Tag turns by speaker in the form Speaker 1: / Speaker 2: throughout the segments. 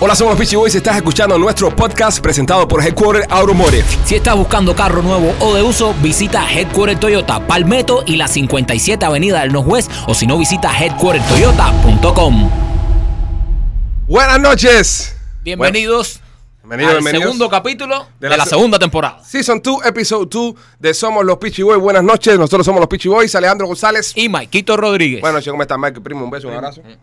Speaker 1: Hola, somos los Peachy Boys. Estás escuchando nuestro podcast presentado por Headquarter Automotive.
Speaker 2: Si estás buscando carro nuevo o de uso, visita Headquarter Toyota Palmetto y la 57 Avenida del Northwest o si no, visita headquartertoyota.com.
Speaker 1: Buenas noches.
Speaker 2: Bienvenidos
Speaker 1: Bienvenido,
Speaker 2: al
Speaker 1: bienvenidos.
Speaker 2: segundo capítulo de,
Speaker 1: De
Speaker 2: la,
Speaker 1: la se-
Speaker 2: segunda temporada.
Speaker 1: Season 2, Episode 2 de Somos los Peachy Boys. Buenas noches. Nosotros somos los Peachy Boys. Alejandro González.
Speaker 2: Y Maikito Rodríguez.
Speaker 1: Buenas noches. ¿Cómo estás, Mike? Primo, un beso, un abrazo.
Speaker 2: Eh,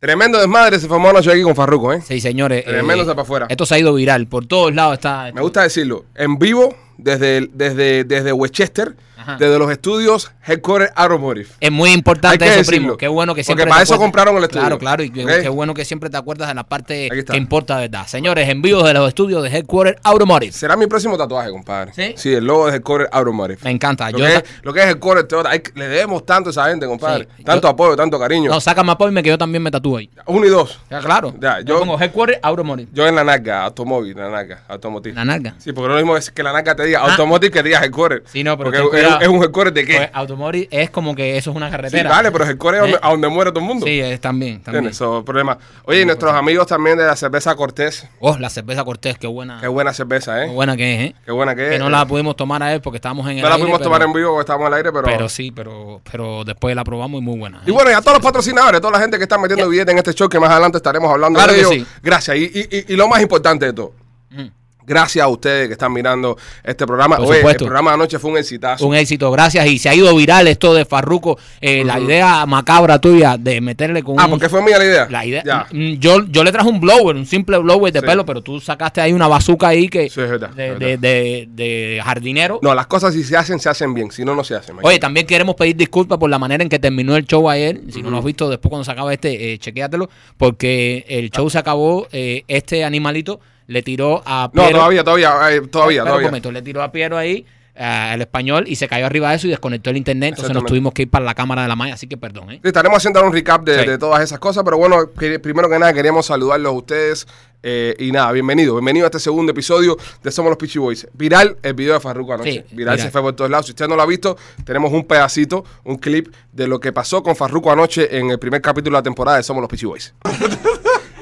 Speaker 1: Tremendo desmadre se formó anoche aquí con Farruko, ¿eh?
Speaker 2: sí, señores.
Speaker 1: Tremendo para afuera.
Speaker 2: Esto se ha ido viral. Por todos lados está.
Speaker 1: Me gusta decirlo, en vivo desde, el- desde, desde Westchester,
Speaker 2: Ajá.
Speaker 1: desde los estudios Headquarter Automotive.
Speaker 2: Es muy importante
Speaker 1: Hay que
Speaker 2: eso, primo.
Speaker 1: decirlo.
Speaker 2: Qué bueno que
Speaker 1: Porque
Speaker 2: siempre.
Speaker 1: para
Speaker 2: te
Speaker 1: eso
Speaker 2: acuerdas-
Speaker 1: compraron el estudio.
Speaker 2: Claro, claro. Y qué-
Speaker 1: ¿Ok?
Speaker 2: qué bueno que siempre te acuerdas de la parte
Speaker 1: Aquí está.
Speaker 2: que importa, de ¿verdad? Señores, envíos de los estudios de Headquarter Automotive.
Speaker 1: Será mi próximo tatuaje, compadre.
Speaker 2: ¿Sí?
Speaker 1: Sí, el logo de Headquarter Automotive.
Speaker 2: Me encanta.
Speaker 1: Lo
Speaker 2: Yo
Speaker 1: que, es, lo que es Headquarter Toyota, hay que- le debemos tanto a esa gente, compadre.
Speaker 2: Sí,
Speaker 1: tanto
Speaker 2: yo-
Speaker 1: apoyo, tanto cariño.
Speaker 2: No, sácame apoyo que yo también me tatúo ahí.
Speaker 1: Uno y dos.
Speaker 2: Ya, claro.
Speaker 1: Ya,
Speaker 2: yo,
Speaker 1: yo-
Speaker 2: pongo headquarter, Automotive.
Speaker 1: Yo en la narca, automóvil, la narca, automotive.
Speaker 2: La narga.
Speaker 1: Sí, porque no es lo mismo es que la narca te diga automotive que diga Headquarter.
Speaker 2: Sí, no, pero ten
Speaker 1: Porque es,
Speaker 2: cuidado.
Speaker 1: es un Headquarter de
Speaker 2: Pues,
Speaker 1: qué.
Speaker 2: automotive es como que eso es una
Speaker 1: Sí,
Speaker 2: carretera.
Speaker 1: vale, pues, pero Headquarter es
Speaker 2: Eh.
Speaker 1: donde- a donde muere todo el mundo.
Speaker 2: Sí, es también, también.
Speaker 1: ¿Entiendes? So, problema. Oye, y nuestros amigos también de la cerveza Cortés.
Speaker 2: Oh, la cerveza Cortés, qué buena.
Speaker 1: Qué buena cerveza,
Speaker 2: Ah. qué
Speaker 1: ¿eh?
Speaker 2: buena que es, ¿eh?
Speaker 1: Qué buena que es.
Speaker 2: Que no la pudimos tomar a él porque estábamos en el
Speaker 1: No la
Speaker 2: aire,
Speaker 1: pudimos
Speaker 2: pero-
Speaker 1: tomar en vivo porque estábamos al aire, pero...
Speaker 2: Pero sí, pero, pero después la probamos y muy buena. ¿eh?
Speaker 1: Y bueno, y a todos los patrocinadores, a toda la gente que está metiendo billetes en este show, que más adelante estaremos hablando
Speaker 2: Claro
Speaker 1: de
Speaker 2: que
Speaker 1: ellos.
Speaker 2: sí.
Speaker 1: Gracias. Y, y- y- y lo más importante de todo,
Speaker 2: Mm.
Speaker 1: gracias a ustedes que están mirando este programa.
Speaker 2: Por
Speaker 1: Oye,
Speaker 2: supuesto.
Speaker 1: el programa de anoche fue un exitazo.
Speaker 2: Un éxito, gracias. Y se ha ido viral esto de Farruco. La idea macabra tuya de meterle con
Speaker 1: ah,
Speaker 2: un-
Speaker 1: porque fue mía la idea.
Speaker 2: La idea.
Speaker 1: Ya.
Speaker 2: Mm, Yo, yo le traje un blower, un simple blower de
Speaker 1: Sí.
Speaker 2: pelo, pero tú sacaste ahí una bazuca ahí que.
Speaker 1: Sí, es verdad,
Speaker 2: de,
Speaker 1: es
Speaker 2: de- de- de jardinero.
Speaker 1: No, las cosas si se hacen, se hacen bien. Si no, no se hacen.
Speaker 2: Oye, también queremos pedir disculpas por la manera en que terminó el show ayer. Si no lo has visto, después cuando se acaba este, eh, chequéatelo. Porque el show se acabó. eh, este animalito le tiró a
Speaker 1: no,
Speaker 2: Piero.
Speaker 1: todavía, todavía, eh, todavía,
Speaker 2: Espera un
Speaker 1: todavía.
Speaker 2: momento, le tiró a Piero ahí. al español y se cayó arriba de eso y desconectó el internet. Entonces nos
Speaker 1: Exactamente.
Speaker 2: tuvimos que ir para la cámara de la Maya. Así que perdón, ¿eh?
Speaker 1: Estaremos haciendo un recap de,
Speaker 2: Sí.
Speaker 1: de todas esas cosas, pero bueno, que- primero que nada queríamos saludarlos a ustedes eh, y nada, bienvenido, bienvenido a este segundo episodio de Somos los Peachy Boys. Viral el video de Farruko anoche,
Speaker 2: Sí,
Speaker 1: viral,
Speaker 2: viral.
Speaker 1: se fue por todos lados. Si usted no lo ha visto, tenemos un pedacito, un clip de lo que pasó con Farruko anoche en el primer capítulo de la temporada de Somos los Peachy Boys.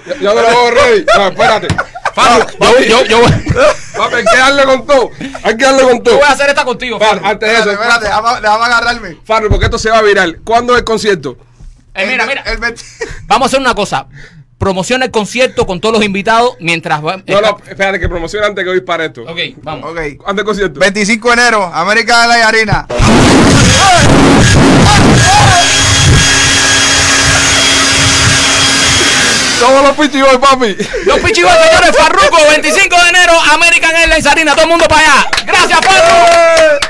Speaker 1: yo, yo no lo hago ready, no, espérate.
Speaker 2: Farruko,
Speaker 1: Ah, No,
Speaker 2: yo- yo- yo-
Speaker 1: Papi, hay que darle con todo, hay que darle con todo.
Speaker 2: Voy a hacer esta contigo,
Speaker 1: Farruko, antes de eso,
Speaker 3: Espérate, espérate, déjame, déjame agarrarme.
Speaker 1: Farruko, porque esto se va viral. ¿Cuándo es el concierto?
Speaker 2: Eh, mira, mira.
Speaker 3: El 20
Speaker 2: Vamos a hacer una cosa. Promociona el concierto con todos los invitados mientras va.
Speaker 1: No, no, espérate que promociona antes que voy para esto.
Speaker 2: Ok, vamos.
Speaker 3: Ok.
Speaker 1: Antes concierto.
Speaker 3: 25 de enero, América de la Yarina.
Speaker 1: Todos los pichibos, papi.
Speaker 2: Los pichigos, señores, Farruco, 25 de enero, American Airlines Arena, todo el mundo para allá. Gracias, Farruko.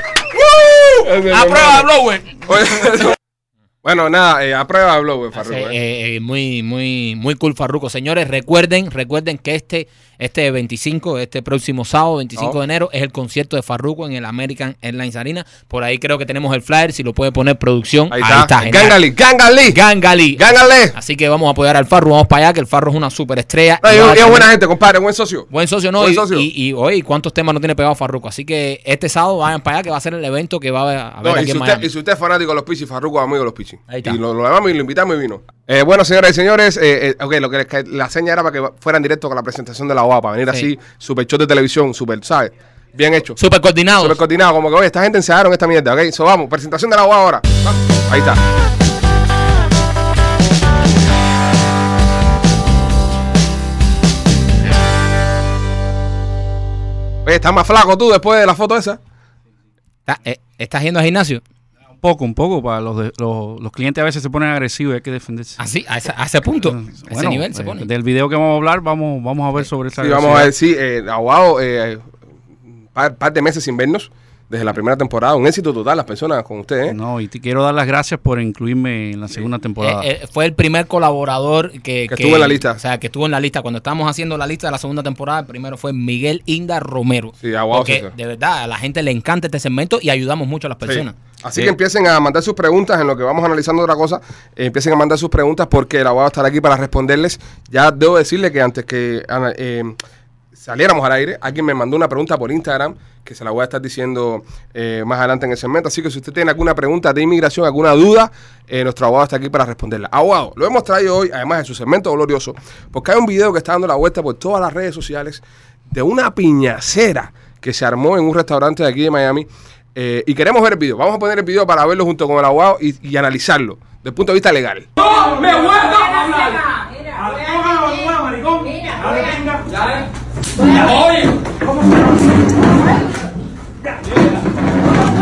Speaker 2: A prueba de blower.
Speaker 1: blower. Bueno, nada, eh, a prueba de blower, Farruko. eh.
Speaker 2: Eh, eh, muy, muy, muy cool, Farruco. Señores, recuerden, recuerden que este, este 25, este próximo sábado, 25
Speaker 1: Oh.
Speaker 2: de enero, es el concierto de Farruco en el American Airlines Arena. Por ahí creo que tenemos el flyer, si lo puede poner producción.
Speaker 1: Ahí está.
Speaker 2: genial.
Speaker 1: Gangali, Gangali.
Speaker 2: Gangali.
Speaker 1: Gangali.
Speaker 2: Así que vamos a apoyar al Farru, vamos para allá, que el Farru es una superestrella.
Speaker 1: No,
Speaker 2: Y va a
Speaker 1: es- Es
Speaker 2: tener-
Speaker 1: buena gente, compadre, buen socio.
Speaker 2: Buen socio, ¿no?
Speaker 1: Buen
Speaker 2: y,
Speaker 1: socio.
Speaker 2: Y, y, oye, ¿cuántos temas no tiene pegado Farruko? Así que este sábado vayan para allá, que va a ser el evento que va a haber
Speaker 1: No, y,
Speaker 2: aquí
Speaker 1: si
Speaker 2: en
Speaker 1: usted,
Speaker 2: Miami.
Speaker 1: y si usted es fanático de los pichis, Farruko es amigo de los pichis.
Speaker 2: Ahí está.
Speaker 1: Y lo, lo llamamos y lo invitamos y vino. Eh, bueno, señoras y señores, eh, eh, ok, lo que les ca- la seña era para que fueran directo con la presentación de la OAPA. Venir así,
Speaker 2: Sí.
Speaker 1: super show de televisión, super, ¿sabes? Bien hecho.
Speaker 2: Super coordinados.
Speaker 1: Súper coordinado, como que, oye, esta gente enseñaron esta mierda, ¿ok? So, vamos, presentación de la UA ahora. Vamos. Ahí está. Oye, estás más flaco tú después de la foto esa.
Speaker 2: Está- eh, ¿Estás yendo al gimnasio?
Speaker 4: Un poco, un poco. Para los, de- los, los clientes a veces se ponen agresivos y hay que defenderse.
Speaker 2: Así, a ese, a ese punto, Ah, a ese
Speaker 4: Bueno,
Speaker 2: nivel se
Speaker 4: eh,
Speaker 2: pone.
Speaker 4: Del video que vamos a hablar, vamos, vamos a ver sobre esa
Speaker 1: Sí, vamos a
Speaker 4: agresividad.
Speaker 1: ver, sí, eh, la UAO, eh, par, par de meses sin vernos, desde la primera temporada, un éxito total las personas con ustedes, ¿eh?
Speaker 4: No, y te quiero dar las gracias por incluirme en la segunda temporada.
Speaker 2: Eh, eh, fue el primer colaborador que,
Speaker 1: Que estuvo en la lista.
Speaker 2: O sea, que estuvo en la lista. Cuando estábamos haciendo la lista de la segunda temporada, el primero fue Miguel Inda Romero.
Speaker 1: Sí, ah, a Guau,
Speaker 2: Porque,
Speaker 1: sí, sí.
Speaker 2: de verdad, a la gente le encanta este segmento y ayudamos mucho a las personas.
Speaker 1: Sí. Así que empiecen a mandar sus preguntas en lo que vamos analizando otra cosa. eh, empiecen a mandar sus preguntas porque el abogado estará aquí para responderles. Ya debo decirle que antes que ana- eh, saliéramos al aire, alguien me mandó una pregunta por Instagram que se la voy a estar diciendo eh, más adelante en el segmento. Así que si usted tiene alguna pregunta de inmigración, alguna duda, eh, nuestro abogado está aquí para responderla. Abogado, lo hemos traído hoy, además en su segmento glorioso, porque hay un video que está dando la vuelta por todas las redes sociales de una piñacera que se armó en un restaurante de aquí de Miami. eh, y queremos ver el video. Vamos a poner el video para verlo junto con el abogado y, y analizarlo desde el punto de vista legal.
Speaker 5: ¡No me vuelvas a hablar!
Speaker 6: Mira,
Speaker 5: ¡A la boca, maricón!
Speaker 6: Mira,
Speaker 5: ¡A la
Speaker 6: mira.
Speaker 5: chinga! ¡Ya! ¡Oye! ¿Cómo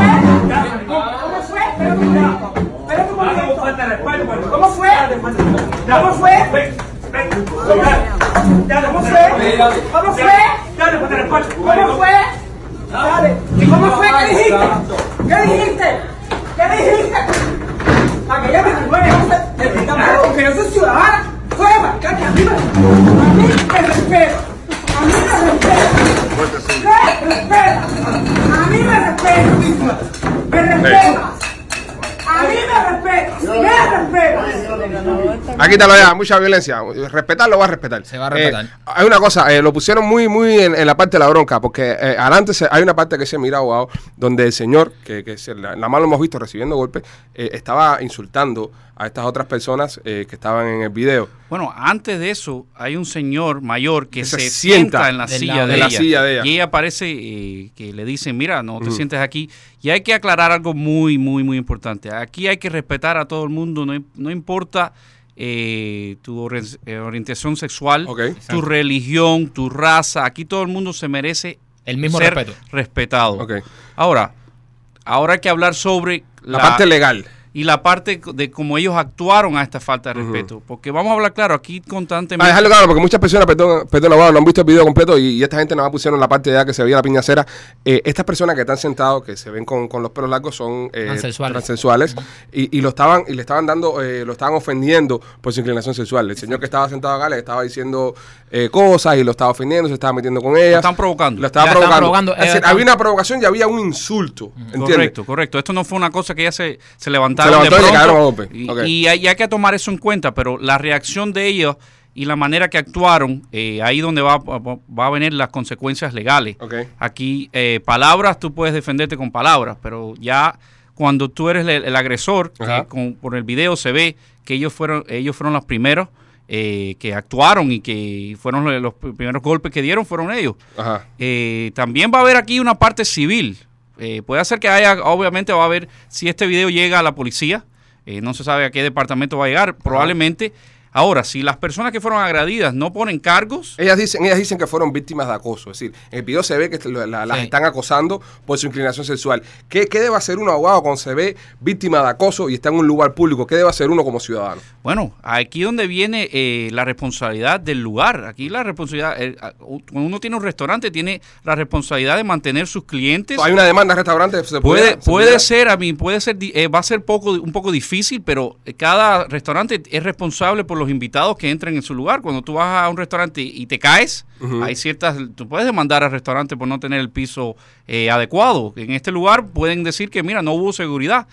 Speaker 6: ¿Cómo fue? Espera un momento. Espera un momento.
Speaker 5: falta de respeto, maricón!
Speaker 6: ¿Cómo fue?
Speaker 5: ¿Cómo fue? Ven, ven, ven. Dale, ¿Cómo fue? ¿Cómo fue? Dale, falta de respeto,
Speaker 6: ¿Cómo
Speaker 5: maricón.
Speaker 6: fue? Dale. ¿Cómo fue? ¿Qué dijiste? ¿Qué dijiste? ¿Qué dijiste? Para que yo me recuerde, no sé, de mi tamaño, porque yo soy ciudadana. Soy marcante, a mí me a mí me respeto. A mí me respeta. ¿Qué? Respeta. A mí me respeta. Me respeta. A mí me respeta. Me respeta.
Speaker 1: Aquí está lo ya, mucha violencia. Respetarlo va a respetar.
Speaker 2: Se va a respetar.
Speaker 1: Eh, hay una cosa, eh, lo pusieron muy, muy en, en la parte de la bronca, porque eh, adelante se- hay una parte que se mira abogado, donde el señor, que, que se, la, la mano hemos visto recibiendo golpes, eh, estaba insultando a estas otras personas eh, que estaban en el video.
Speaker 4: Bueno, antes de eso, hay un señor mayor que
Speaker 1: Que
Speaker 4: se,
Speaker 1: se sienta
Speaker 4: sienta en la,
Speaker 2: del
Speaker 4: silla
Speaker 2: lado
Speaker 4: de,
Speaker 2: de
Speaker 1: la
Speaker 4: ella,
Speaker 1: silla de ella.
Speaker 4: Y ella parece eh, que le dicen, mira, no te sientes aquí. Y hay que aclarar algo muy, muy, muy importante. Aquí hay que respetar a todo el mundo, no, im- no importa eh, tu ori- eh, orientación sexual,
Speaker 1: Ok.
Speaker 4: tu religión, tu raza. Aquí todo el mundo se merece
Speaker 2: El mismo
Speaker 4: ser
Speaker 2: respeto.
Speaker 4: respetado.
Speaker 1: Ok.
Speaker 4: Ahora, ahora hay que hablar sobre
Speaker 1: La, parte legal.
Speaker 4: y la parte de cómo ellos actuaron a esta falta de respeto. Porque vamos a hablar claro, aquí
Speaker 2: Este
Speaker 4: constantemente...
Speaker 1: A dejarlo Ah, claro, porque muchas personas, perdón, perdón abogado, no han visto el video completo y, y esta gente nada más pusieron la parte ya que se veía la piñacera. Eh, estas personas que están sentados, que se ven con, con los pelos largos, son eh,
Speaker 2: Transsexuales.
Speaker 1: transsexuales, y, y lo estaban, y le estaban dando, eh, lo estaban ofendiendo por su inclinación sexual. El señor que estaba sentado acá le estaba diciendo eh, cosas y lo estaba ofendiendo, se estaba metiendo con ella.
Speaker 4: Lo están provocando.
Speaker 1: Lo estaba
Speaker 2: La están
Speaker 1: provocando.
Speaker 2: provocando,
Speaker 1: Es decir,
Speaker 2: eh, están-
Speaker 1: había una provocación y había un insulto. ¿Entiendes?
Speaker 4: Correcto, correcto. Esto no fue una cosa que ya se, se
Speaker 1: Se levantó
Speaker 4: levantaron de
Speaker 1: y le
Speaker 4: pronto.
Speaker 1: cagaron a golpe.
Speaker 4: Y-
Speaker 1: Ok.
Speaker 4: y hay, y hay que tomar eso en cuenta, pero la reacción de ellos y la manera que actuaron, eh, ahí donde va, va va a venir las consecuencias legales.
Speaker 1: Ok.
Speaker 4: Aquí, eh, palabras, tú puedes defenderte con palabras, pero ya cuando tú eres el, el agresor, que
Speaker 1: Ajá.
Speaker 4: con- por el video se ve que ellos fueron, ellos fueron los primeros eh, que actuaron y que fueron los- los primeros golpes que dieron, fueron ellos.
Speaker 1: Ajá.
Speaker 4: Eh, también va a haber aquí una parte civil. Eh, puede ser que haya, obviamente va a haber, si este video llega a la policía, eh, no se sabe a qué departamento va a llegar, probablemente. Ahora, si las personas que fueron agredidas no ponen cargos,
Speaker 1: Ellas dicen, ellas dicen que fueron víctimas de acoso. Es decir, en el video se ve que lo- la- las
Speaker 2: Sí.
Speaker 1: están acosando por su inclinación sexual. ¿Qué, ¿Qué debe hacer un abogado cuando se ve víctima de acoso y está en un lugar público? ¿Qué debe hacer uno como ciudadano?
Speaker 4: Bueno, aquí donde viene eh, la responsabilidad del lugar. Aquí la responsabilidad, eh, a- u- cuando uno tiene un restaurante, tiene la responsabilidad de mantener sus clientes.
Speaker 1: Hay una demanda de restaurantes. ¿se
Speaker 4: Puede,
Speaker 1: se
Speaker 4: puede ser, a mí puede ser, di- eh, va a ser poco, un poco difícil, pero eh, cada restaurante es responsable por los invitados que entran en su lugar. Cuando tú vas a un restaurante y te caes, hay ciertas, tú puedes demandar al restaurante por no tener el piso eh, adecuado. En este lugar pueden decir que, mira, no hubo seguridad.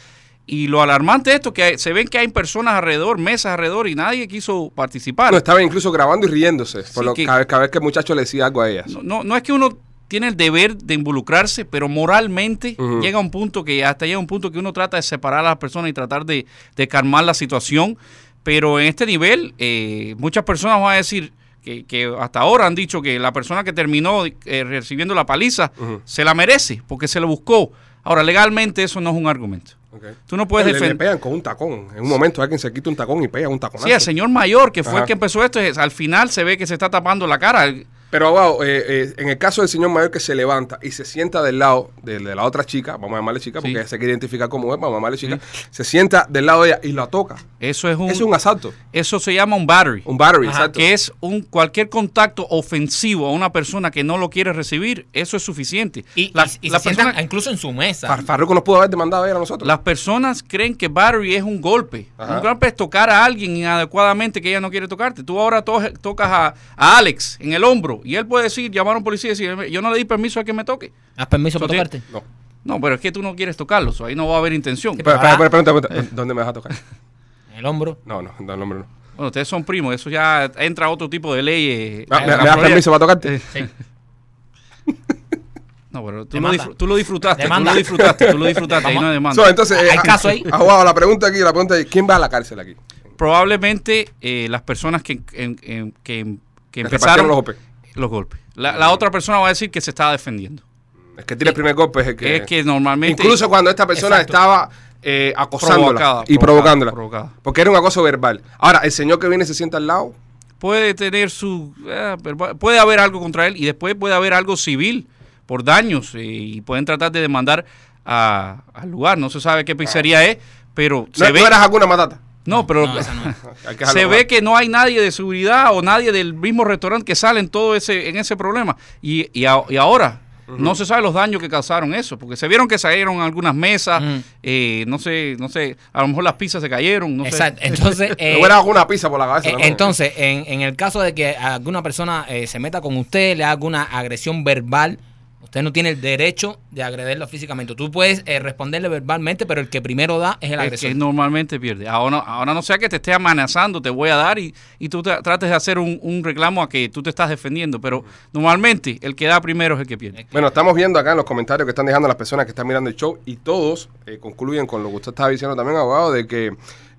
Speaker 4: Y lo alarmante de esto es que hay- se ven que hay personas alrededor, mesas alrededor, y nadie quiso participar.
Speaker 1: Ah, No, estaba incluso grabando y riéndose. por
Speaker 4: Sí,
Speaker 1: lo,
Speaker 4: que-
Speaker 1: cada, vez, cada vez que el muchacho le decía algo a ellas.
Speaker 4: No, no, no es que uno tiene el deber de involucrarse, pero moralmente
Speaker 1: Ujú.
Speaker 4: llega un punto que hasta llega un punto que uno trata de separar a las personas y tratar de, de calmar la situación. Pero en este nivel, eh, muchas personas van a decir que, que hasta ahora han dicho que la persona que terminó eh, recibiendo la paliza
Speaker 1: Ujú.
Speaker 4: se la merece porque se la buscó. Ahora, legalmente eso no es un argumento.
Speaker 1: Ok.
Speaker 4: Tú no puedes
Speaker 1: Le- le,
Speaker 4: defender.
Speaker 1: pegan con un tacón. En un momento alguien se quita un tacón y pega un tacón.
Speaker 4: Sí, al señor mayor que fue
Speaker 1: Ajá.
Speaker 4: el que empezó esto, es- al final se ve que se está tapando la cara.
Speaker 1: Pero abogado, eh, eh, en el caso del señor mayor que se levanta y se sienta del lado de, de la otra chica, vamos a llamarle chica porque
Speaker 4: Sí.
Speaker 1: ella se quiere identificar como es, vamos a llamarle chica, se sienta del lado de ella y la toca.
Speaker 4: Eso es un,
Speaker 1: Es un asalto,
Speaker 4: eso se llama un battery.
Speaker 1: un battery,
Speaker 4: Ajá,
Speaker 1: exacto.
Speaker 4: que es un cualquier contacto ofensivo a una persona que no lo quiere recibir, eso es suficiente.
Speaker 2: Y,
Speaker 4: La-
Speaker 2: y- y
Speaker 4: la
Speaker 2: se sientan
Speaker 4: persona-
Speaker 2: incluso en su mesa.
Speaker 1: Far- Farruko nos pudo haber demandado a ella a nosotros.
Speaker 4: las personas creen que battery es un golpe.
Speaker 1: Ajá.
Speaker 4: Un golpe es tocar a alguien inadecuadamente que ella no quiere tocarte. Tú ahora to- tocas a, a Alex en el hombro y él puede decir, llamar a un policía y decir, yo no le di permiso a que me toque.
Speaker 2: ¿Has permiso para
Speaker 4: Eso
Speaker 2: tocarte?
Speaker 1: No.
Speaker 4: No, pero es que tú no quieres tocarlo, so ahí no va a haber intención.
Speaker 1: Espera, espera,
Speaker 2: ah.
Speaker 1: espera, pregunta, pregunta. ¿Dónde me vas a tocar?
Speaker 2: El hombro.
Speaker 1: No, no, no, el hombre no.
Speaker 4: Bueno, ustedes son primos, eso ya entra otro tipo de leyes.
Speaker 1: Ah,
Speaker 2: Eh,
Speaker 1: ¿Me,
Speaker 2: la
Speaker 1: me das permiso para tocarte?
Speaker 2: Sí.
Speaker 4: No, pero tú, lo,
Speaker 2: Demanda.
Speaker 4: disfr- tú lo disfrutaste, tú
Speaker 2: Demanda.
Speaker 4: lo disfrutaste, tú lo disfrutaste, ahí no hay demanda.
Speaker 1: So, entonces,
Speaker 2: Hay caso ahí.
Speaker 1: Aguado, la pregunta aquí, la pregunta es, ¿quién va a la cárcel aquí?
Speaker 4: Probablemente eh, las personas que, en- en- que, em, que
Speaker 1: Les repartieron
Speaker 4: empezaron
Speaker 1: los golpes.
Speaker 4: los golpes. La, la otra persona va a decir que se estaba defendiendo.
Speaker 1: Es que tiene el primer golpe, es el que...
Speaker 4: es que normalmente...
Speaker 1: Incluso cuando esta persona
Speaker 2: Exacto.
Speaker 1: estaba eh, acosándola
Speaker 4: Provocada,
Speaker 1: y
Speaker 4: provocada,
Speaker 1: provocándola.
Speaker 4: provocada.
Speaker 1: Porque era un acoso verbal. Ahora, el señor que viene y se sienta al lado,
Speaker 4: puede tener su eh, verbal- puede haber algo contra él y después puede haber algo civil por daños eh, y pueden tratar de demandar a- al lugar no se sabe qué pizzería es
Speaker 1: no,
Speaker 4: pero se ve
Speaker 1: no eras alguna matata.
Speaker 4: no pero
Speaker 2: No, esa no es.
Speaker 1: Hay que
Speaker 4: se
Speaker 1: dejarlo
Speaker 4: ve
Speaker 1: claro.
Speaker 4: que no hay nadie de seguridad o nadie del mismo restaurante que sale en todo ese en ese problema y, y a- y ahora no se sabe los daños que causaron eso porque se vieron que salieron algunas mesas
Speaker 2: Ujú.
Speaker 4: eh, no sé no sé a lo mejor las pizzas se cayeron no sé.
Speaker 2: Exacto. Entonces, eh,
Speaker 1: Le hubiera dado una pizza por la cabeza.
Speaker 2: Eh,
Speaker 1: ¿no?
Speaker 2: Entonces, en, en el caso de que alguna persona eh, se meta con usted, le haga una agresión verbal, usted no tiene el derecho de agredirlo físicamente. Tú puedes eh, responderle verbalmente, pero el que primero da es el
Speaker 4: Es
Speaker 2: agresor.
Speaker 4: que normalmente pierde. Ahora, ahora no sea que te esté amenazando, te voy a dar y, y tú te- trates de hacer un, un reclamo a que tú te estás defendiendo, pero normalmente el que da primero es el que pierde.
Speaker 1: Bueno, estamos viendo acá en los comentarios que están dejando las personas que están mirando el show y todos eh, concluyen con lo que usted estaba diciendo también, abogado, de que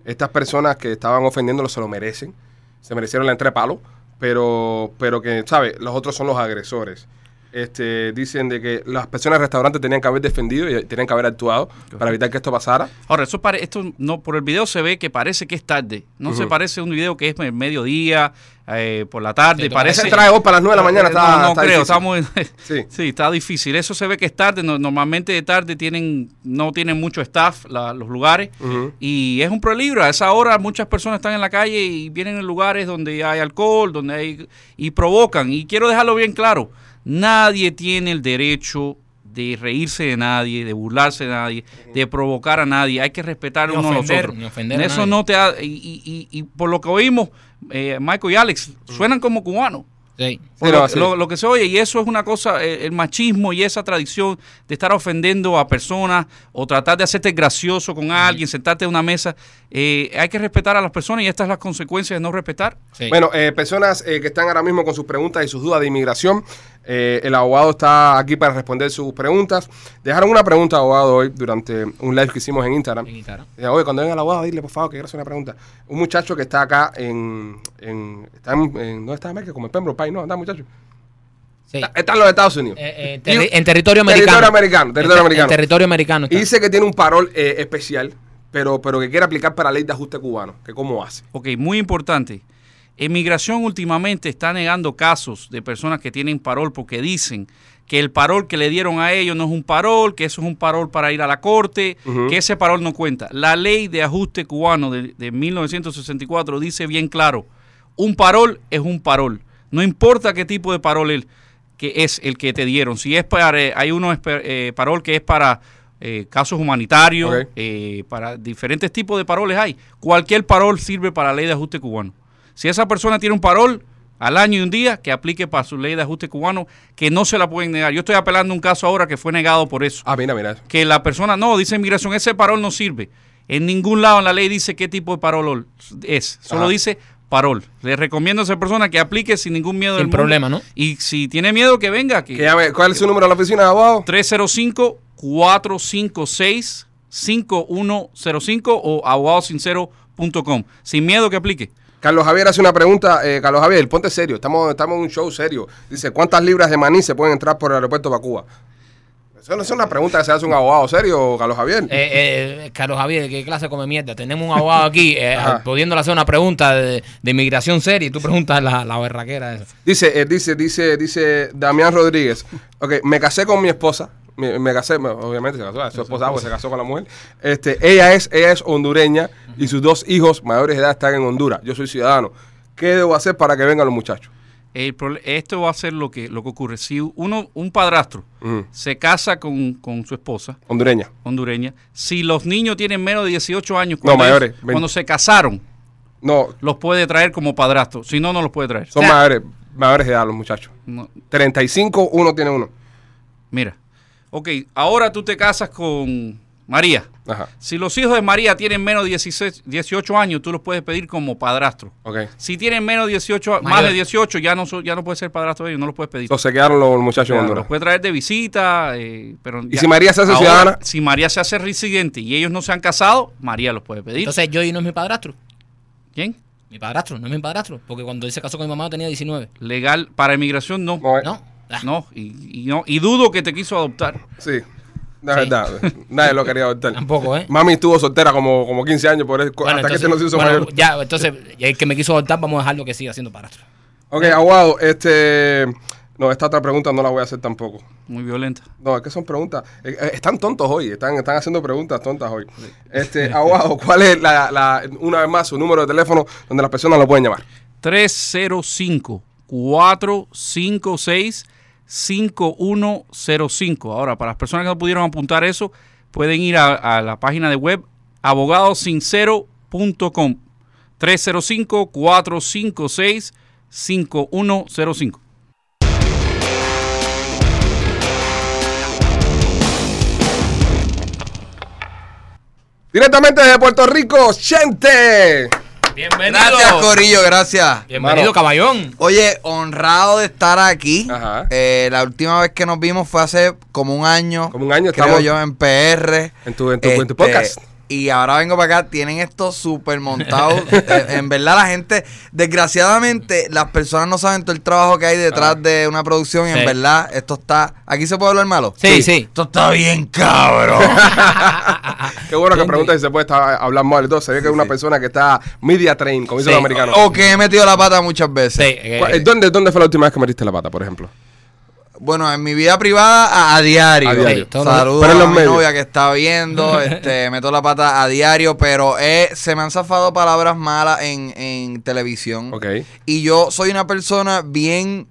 Speaker 1: estas personas que estaban ofendiéndolo se lo merecen, se merecieron la entrepalo, pero, pero que, ¿sabe? Los otros son los agresores. Este, dicen de que las personas del restaurante tenían que haber defendido y tenían que haber actuado para evitar que esto pasara.
Speaker 4: Ahora, eso pare- esto no por el video se ve que parece que es tarde. No se parece un video que es el mediodía, eh, por la tarde,
Speaker 2: Sí, tú
Speaker 4: parece...
Speaker 1: Ese trae vos para las 9 de la mañana.
Speaker 4: Eh, No,
Speaker 1: Está,
Speaker 4: no,
Speaker 1: está
Speaker 4: creo,
Speaker 1: difícil.
Speaker 4: está muy-
Speaker 1: Sí.
Speaker 4: sí. está difícil. Eso se ve que es tarde. no- normalmente de tarde tienen, no tienen mucho staff la- los lugares.
Speaker 1: Ujú.
Speaker 4: Y es un peligro. A esa hora muchas personas están en la calle y vienen en lugares donde hay alcohol, donde hay. y provocan. Y quiero dejarlo bien claro: nadie tiene el derecho de reírse de nadie, de burlarse de nadie, de provocar a nadie. Hay que respetar
Speaker 2: Ni
Speaker 4: uno a los
Speaker 2: ofender,
Speaker 4: otros.
Speaker 2: ni ofender a
Speaker 4: Eso
Speaker 2: nadie.
Speaker 4: no te ha- y, y- y- y por lo que oímos, eh, Michael y Alex suenan como cubanos.
Speaker 2: Sí.
Speaker 1: Sí,
Speaker 4: lo,
Speaker 1: no, sí.
Speaker 4: lo- lo que se oye, y eso es una cosa, eh, el, machismo y esa tradición de estar ofendiendo a personas o tratar de hacerte gracioso con alguien, sentarte a una mesa, eh, hay que respetar a las personas y estas son las consecuencias de no respetar.
Speaker 2: Sí.
Speaker 1: Bueno, eh, personas eh, que están ahora mismo con sus preguntas y sus dudas de inmigración, eh, el abogado está aquí para responder sus preguntas. Dejaron una pregunta, abogado, hoy durante un live que hicimos en Instagram.
Speaker 2: En guitarra.
Speaker 1: Decía, Oye, cuando venga el abogado, dile por favor que quiero hacer una pregunta. Un muchacho que está acá en. en, está en, en- ¿Dónde está América? Como en Pembroke Pines, ¿no? Anda, muchacho.
Speaker 2: Sí.
Speaker 1: Está, está en los Estados Unidos.
Speaker 2: Eh, eh, terri- en territorio americano.
Speaker 1: Territorio americano, territorio
Speaker 2: En-
Speaker 1: americano.
Speaker 2: En territorio americano. está.
Speaker 1: y dice que tiene un parol eh, especial, pero, pero que quiere aplicar para la ley de ajuste cubano. que ¿Cómo hace?
Speaker 4: Ok, muy importante. Emigración últimamente está negando casos de personas que tienen parol porque dicen que el parol que le dieron a ellos no es un parol, que eso es un parol para ir a la corte,
Speaker 1: Ujú.
Speaker 4: que ese parol no cuenta. La ley de ajuste cubano de, de 1964 dice bien claro, un parol es un parol. No importa qué tipo de parol es, que es el que te dieron. Si es para, eh, hay uno es pa- eh, parol que es para eh, casos humanitarios,
Speaker 1: Ok.
Speaker 4: eh, para diferentes tipos de paroles hay. Cualquier parol sirve para la ley de ajuste cubano. Si esa persona tiene un parol al año y un día, que aplique para su ley de ajuste cubano, que no se la pueden negar. Yo estoy apelando un caso ahora que fue negado por eso.
Speaker 1: Ah, mira, mira. eso.
Speaker 4: Que la persona, no, dice inmigración, ese parol no sirve. En ningún lado en la ley dice qué tipo de parol es. Solo
Speaker 1: Ajá.
Speaker 4: dice parol. Le recomiendo a esa persona que aplique sin ningún miedo
Speaker 2: Sin
Speaker 4: del mundo.
Speaker 2: problema, ¿no?
Speaker 4: Y si tiene miedo, que venga. Que,
Speaker 1: Que llame- ¿Cuál es su número de la oficina, abogado?
Speaker 4: 305-456-5105 o abogadosincero.com. Sin miedo que aplique.
Speaker 1: Carlos Javier hace una pregunta. eh, Carlos Javier, ponte serio. Estamos, estamos en un show serio. Dice, ¿cuántas libras de maní se pueden entrar por el aeropuerto para Cuba? Eso no es una pregunta que se hace un abogado serio, Carlos Javier.
Speaker 2: Eh, eh, Carlos Javier, ¿qué clase come mierda? Tenemos un abogado aquí eh,
Speaker 1: Ajá.
Speaker 2: pudiéndole hacer una pregunta de, de inmigración seria y tú preguntas la, la berraquera esa.
Speaker 1: Dice, eh, dice, dice, dice Damián Rodríguez. Ok, me casé con mi esposa. Me, me casé, me- obviamente se casó, es su esposa pues, se casó con la mujer. Este, ella es, ella es hondureña y sus dos hijos mayores de edad están en Honduras. Yo soy ciudadano. ¿Qué debo hacer para que vengan los muchachos?
Speaker 4: El prole- esto va a ser lo que, lo que ocurre. Si uno, un padrastro
Speaker 1: Ujú.
Speaker 4: se casa con, con su esposa
Speaker 1: Hondureña.
Speaker 4: hondureña, si los niños tienen menos de 18 años
Speaker 1: No,
Speaker 4: cuando, ellos-
Speaker 1: mayores, veinte.
Speaker 4: cuando se casaron,
Speaker 1: No,
Speaker 4: los puede traer como padrastro. Si no, no los puede traer.
Speaker 1: son
Speaker 4: O sea,
Speaker 1: mayores, mayores de edad los muchachos.
Speaker 4: no,
Speaker 1: 35, uno tiene uno.
Speaker 4: mira, ok, ahora tú te casas con María.
Speaker 1: Ajá.
Speaker 4: Si los hijos de María tienen menos de 16, 18 años, tú los puedes pedir como padrastro.
Speaker 1: Ok.
Speaker 4: Si tienen menos de 18, a- más
Speaker 2: Mayor.
Speaker 4: de 18, ya no, so- ya no puedes ser padrastro de ellos, no los puedes pedir.
Speaker 1: Entonces quedaron los muchachos en
Speaker 4: Ya,
Speaker 1: Honduras.
Speaker 4: los puede traer de visita, eh, pero
Speaker 1: ¿Y si María se hace ciudadana?
Speaker 4: Si María se hace residente y ellos no se han casado, María los puede pedir.
Speaker 2: Entonces Joey no es mi padrastro.
Speaker 4: ¿Quién?
Speaker 2: Mi padrastro, no es mi padrastro. Porque cuando él se casó con mi mamá yo tenía 19.
Speaker 4: Legal para inmigración no.
Speaker 1: No, eh,
Speaker 2: ¿No? Ah,
Speaker 4: No, y, y no, y dudo que te quiso adoptar.
Speaker 1: Sí. La verdad. Nadie lo quería adoptar.
Speaker 2: Tampoco, ¿eh?
Speaker 1: Mami estuvo soltera como, como 15 años por eso,
Speaker 2: Bueno,
Speaker 1: hasta que
Speaker 2: entonces-
Speaker 1: se nos hizo
Speaker 2: bueno,
Speaker 1: mayor.
Speaker 2: Ya, entonces, y el que me quiso adoptar, vamos a dejarlo que siga siendo padrastro.
Speaker 1: Ok, aguado. Este. No, esta otra pregunta no la voy a hacer tampoco.
Speaker 4: Muy violenta.
Speaker 1: No, es que son preguntas. eh, eh, están tontos hoy, están, están haciendo preguntas tontas hoy. Este, aguado, ¿cuál es la, la- una vez más su número de teléfono donde las personas lo pueden llamar?
Speaker 4: 305-456-5105. Ahora, para las personas que no pudieron apuntar eso, pueden ir a, a la página de web abogadosincero.com. 305-456-5105.
Speaker 1: Directamente desde Puerto Rico, gente.
Speaker 2: Bienvenido.
Speaker 3: Gracias, Corillo, gracias.
Speaker 2: Bienvenido,
Speaker 1: Mano.
Speaker 2: caballón.
Speaker 3: Oye, honrado de estar aquí.
Speaker 1: Ajá.
Speaker 3: Eh, la última vez que nos vimos fue hace como un año.
Speaker 1: Como un año,
Speaker 3: creo
Speaker 1: estamos-
Speaker 3: yo, en PR.
Speaker 1: En tu- en tu- en tu podcast.
Speaker 3: Y ahora vengo para acá, tienen esto súper montado. Eh, en verdad, la gente, desgraciadamente, las personas no saben todo el trabajo que hay detrás de una producción. Y
Speaker 2: Sí.
Speaker 3: en verdad, esto está. ¿Aquí se puede hablar malo?
Speaker 2: Sí, sí.
Speaker 3: Esto está bien, cabrón.
Speaker 1: Qué bueno que preguntas si se puede estar, eh, hablar mal y todo. Se ve que es una persona que está media train, como dicen
Speaker 2: Sí.
Speaker 1: los americanos.
Speaker 3: o que he metido la pata muchas veces.
Speaker 2: Sí, eh,
Speaker 1: ¿Cuál- eh, ¿Dónde, ¿Dónde fue la última vez que metiste la pata, por ejemplo?
Speaker 3: Bueno, en mi vida privada a, a diario.
Speaker 1: A diario.
Speaker 2: Sí, todos
Speaker 3: Saludos
Speaker 1: los- pero en los
Speaker 3: a mi
Speaker 1: medios.
Speaker 3: novia que está viendo, este, meto la pata a diario, pero eh, se me han zafado palabras malas en, en
Speaker 2: Mm.
Speaker 3: televisión.
Speaker 1: Ok.
Speaker 3: Y yo soy una persona bien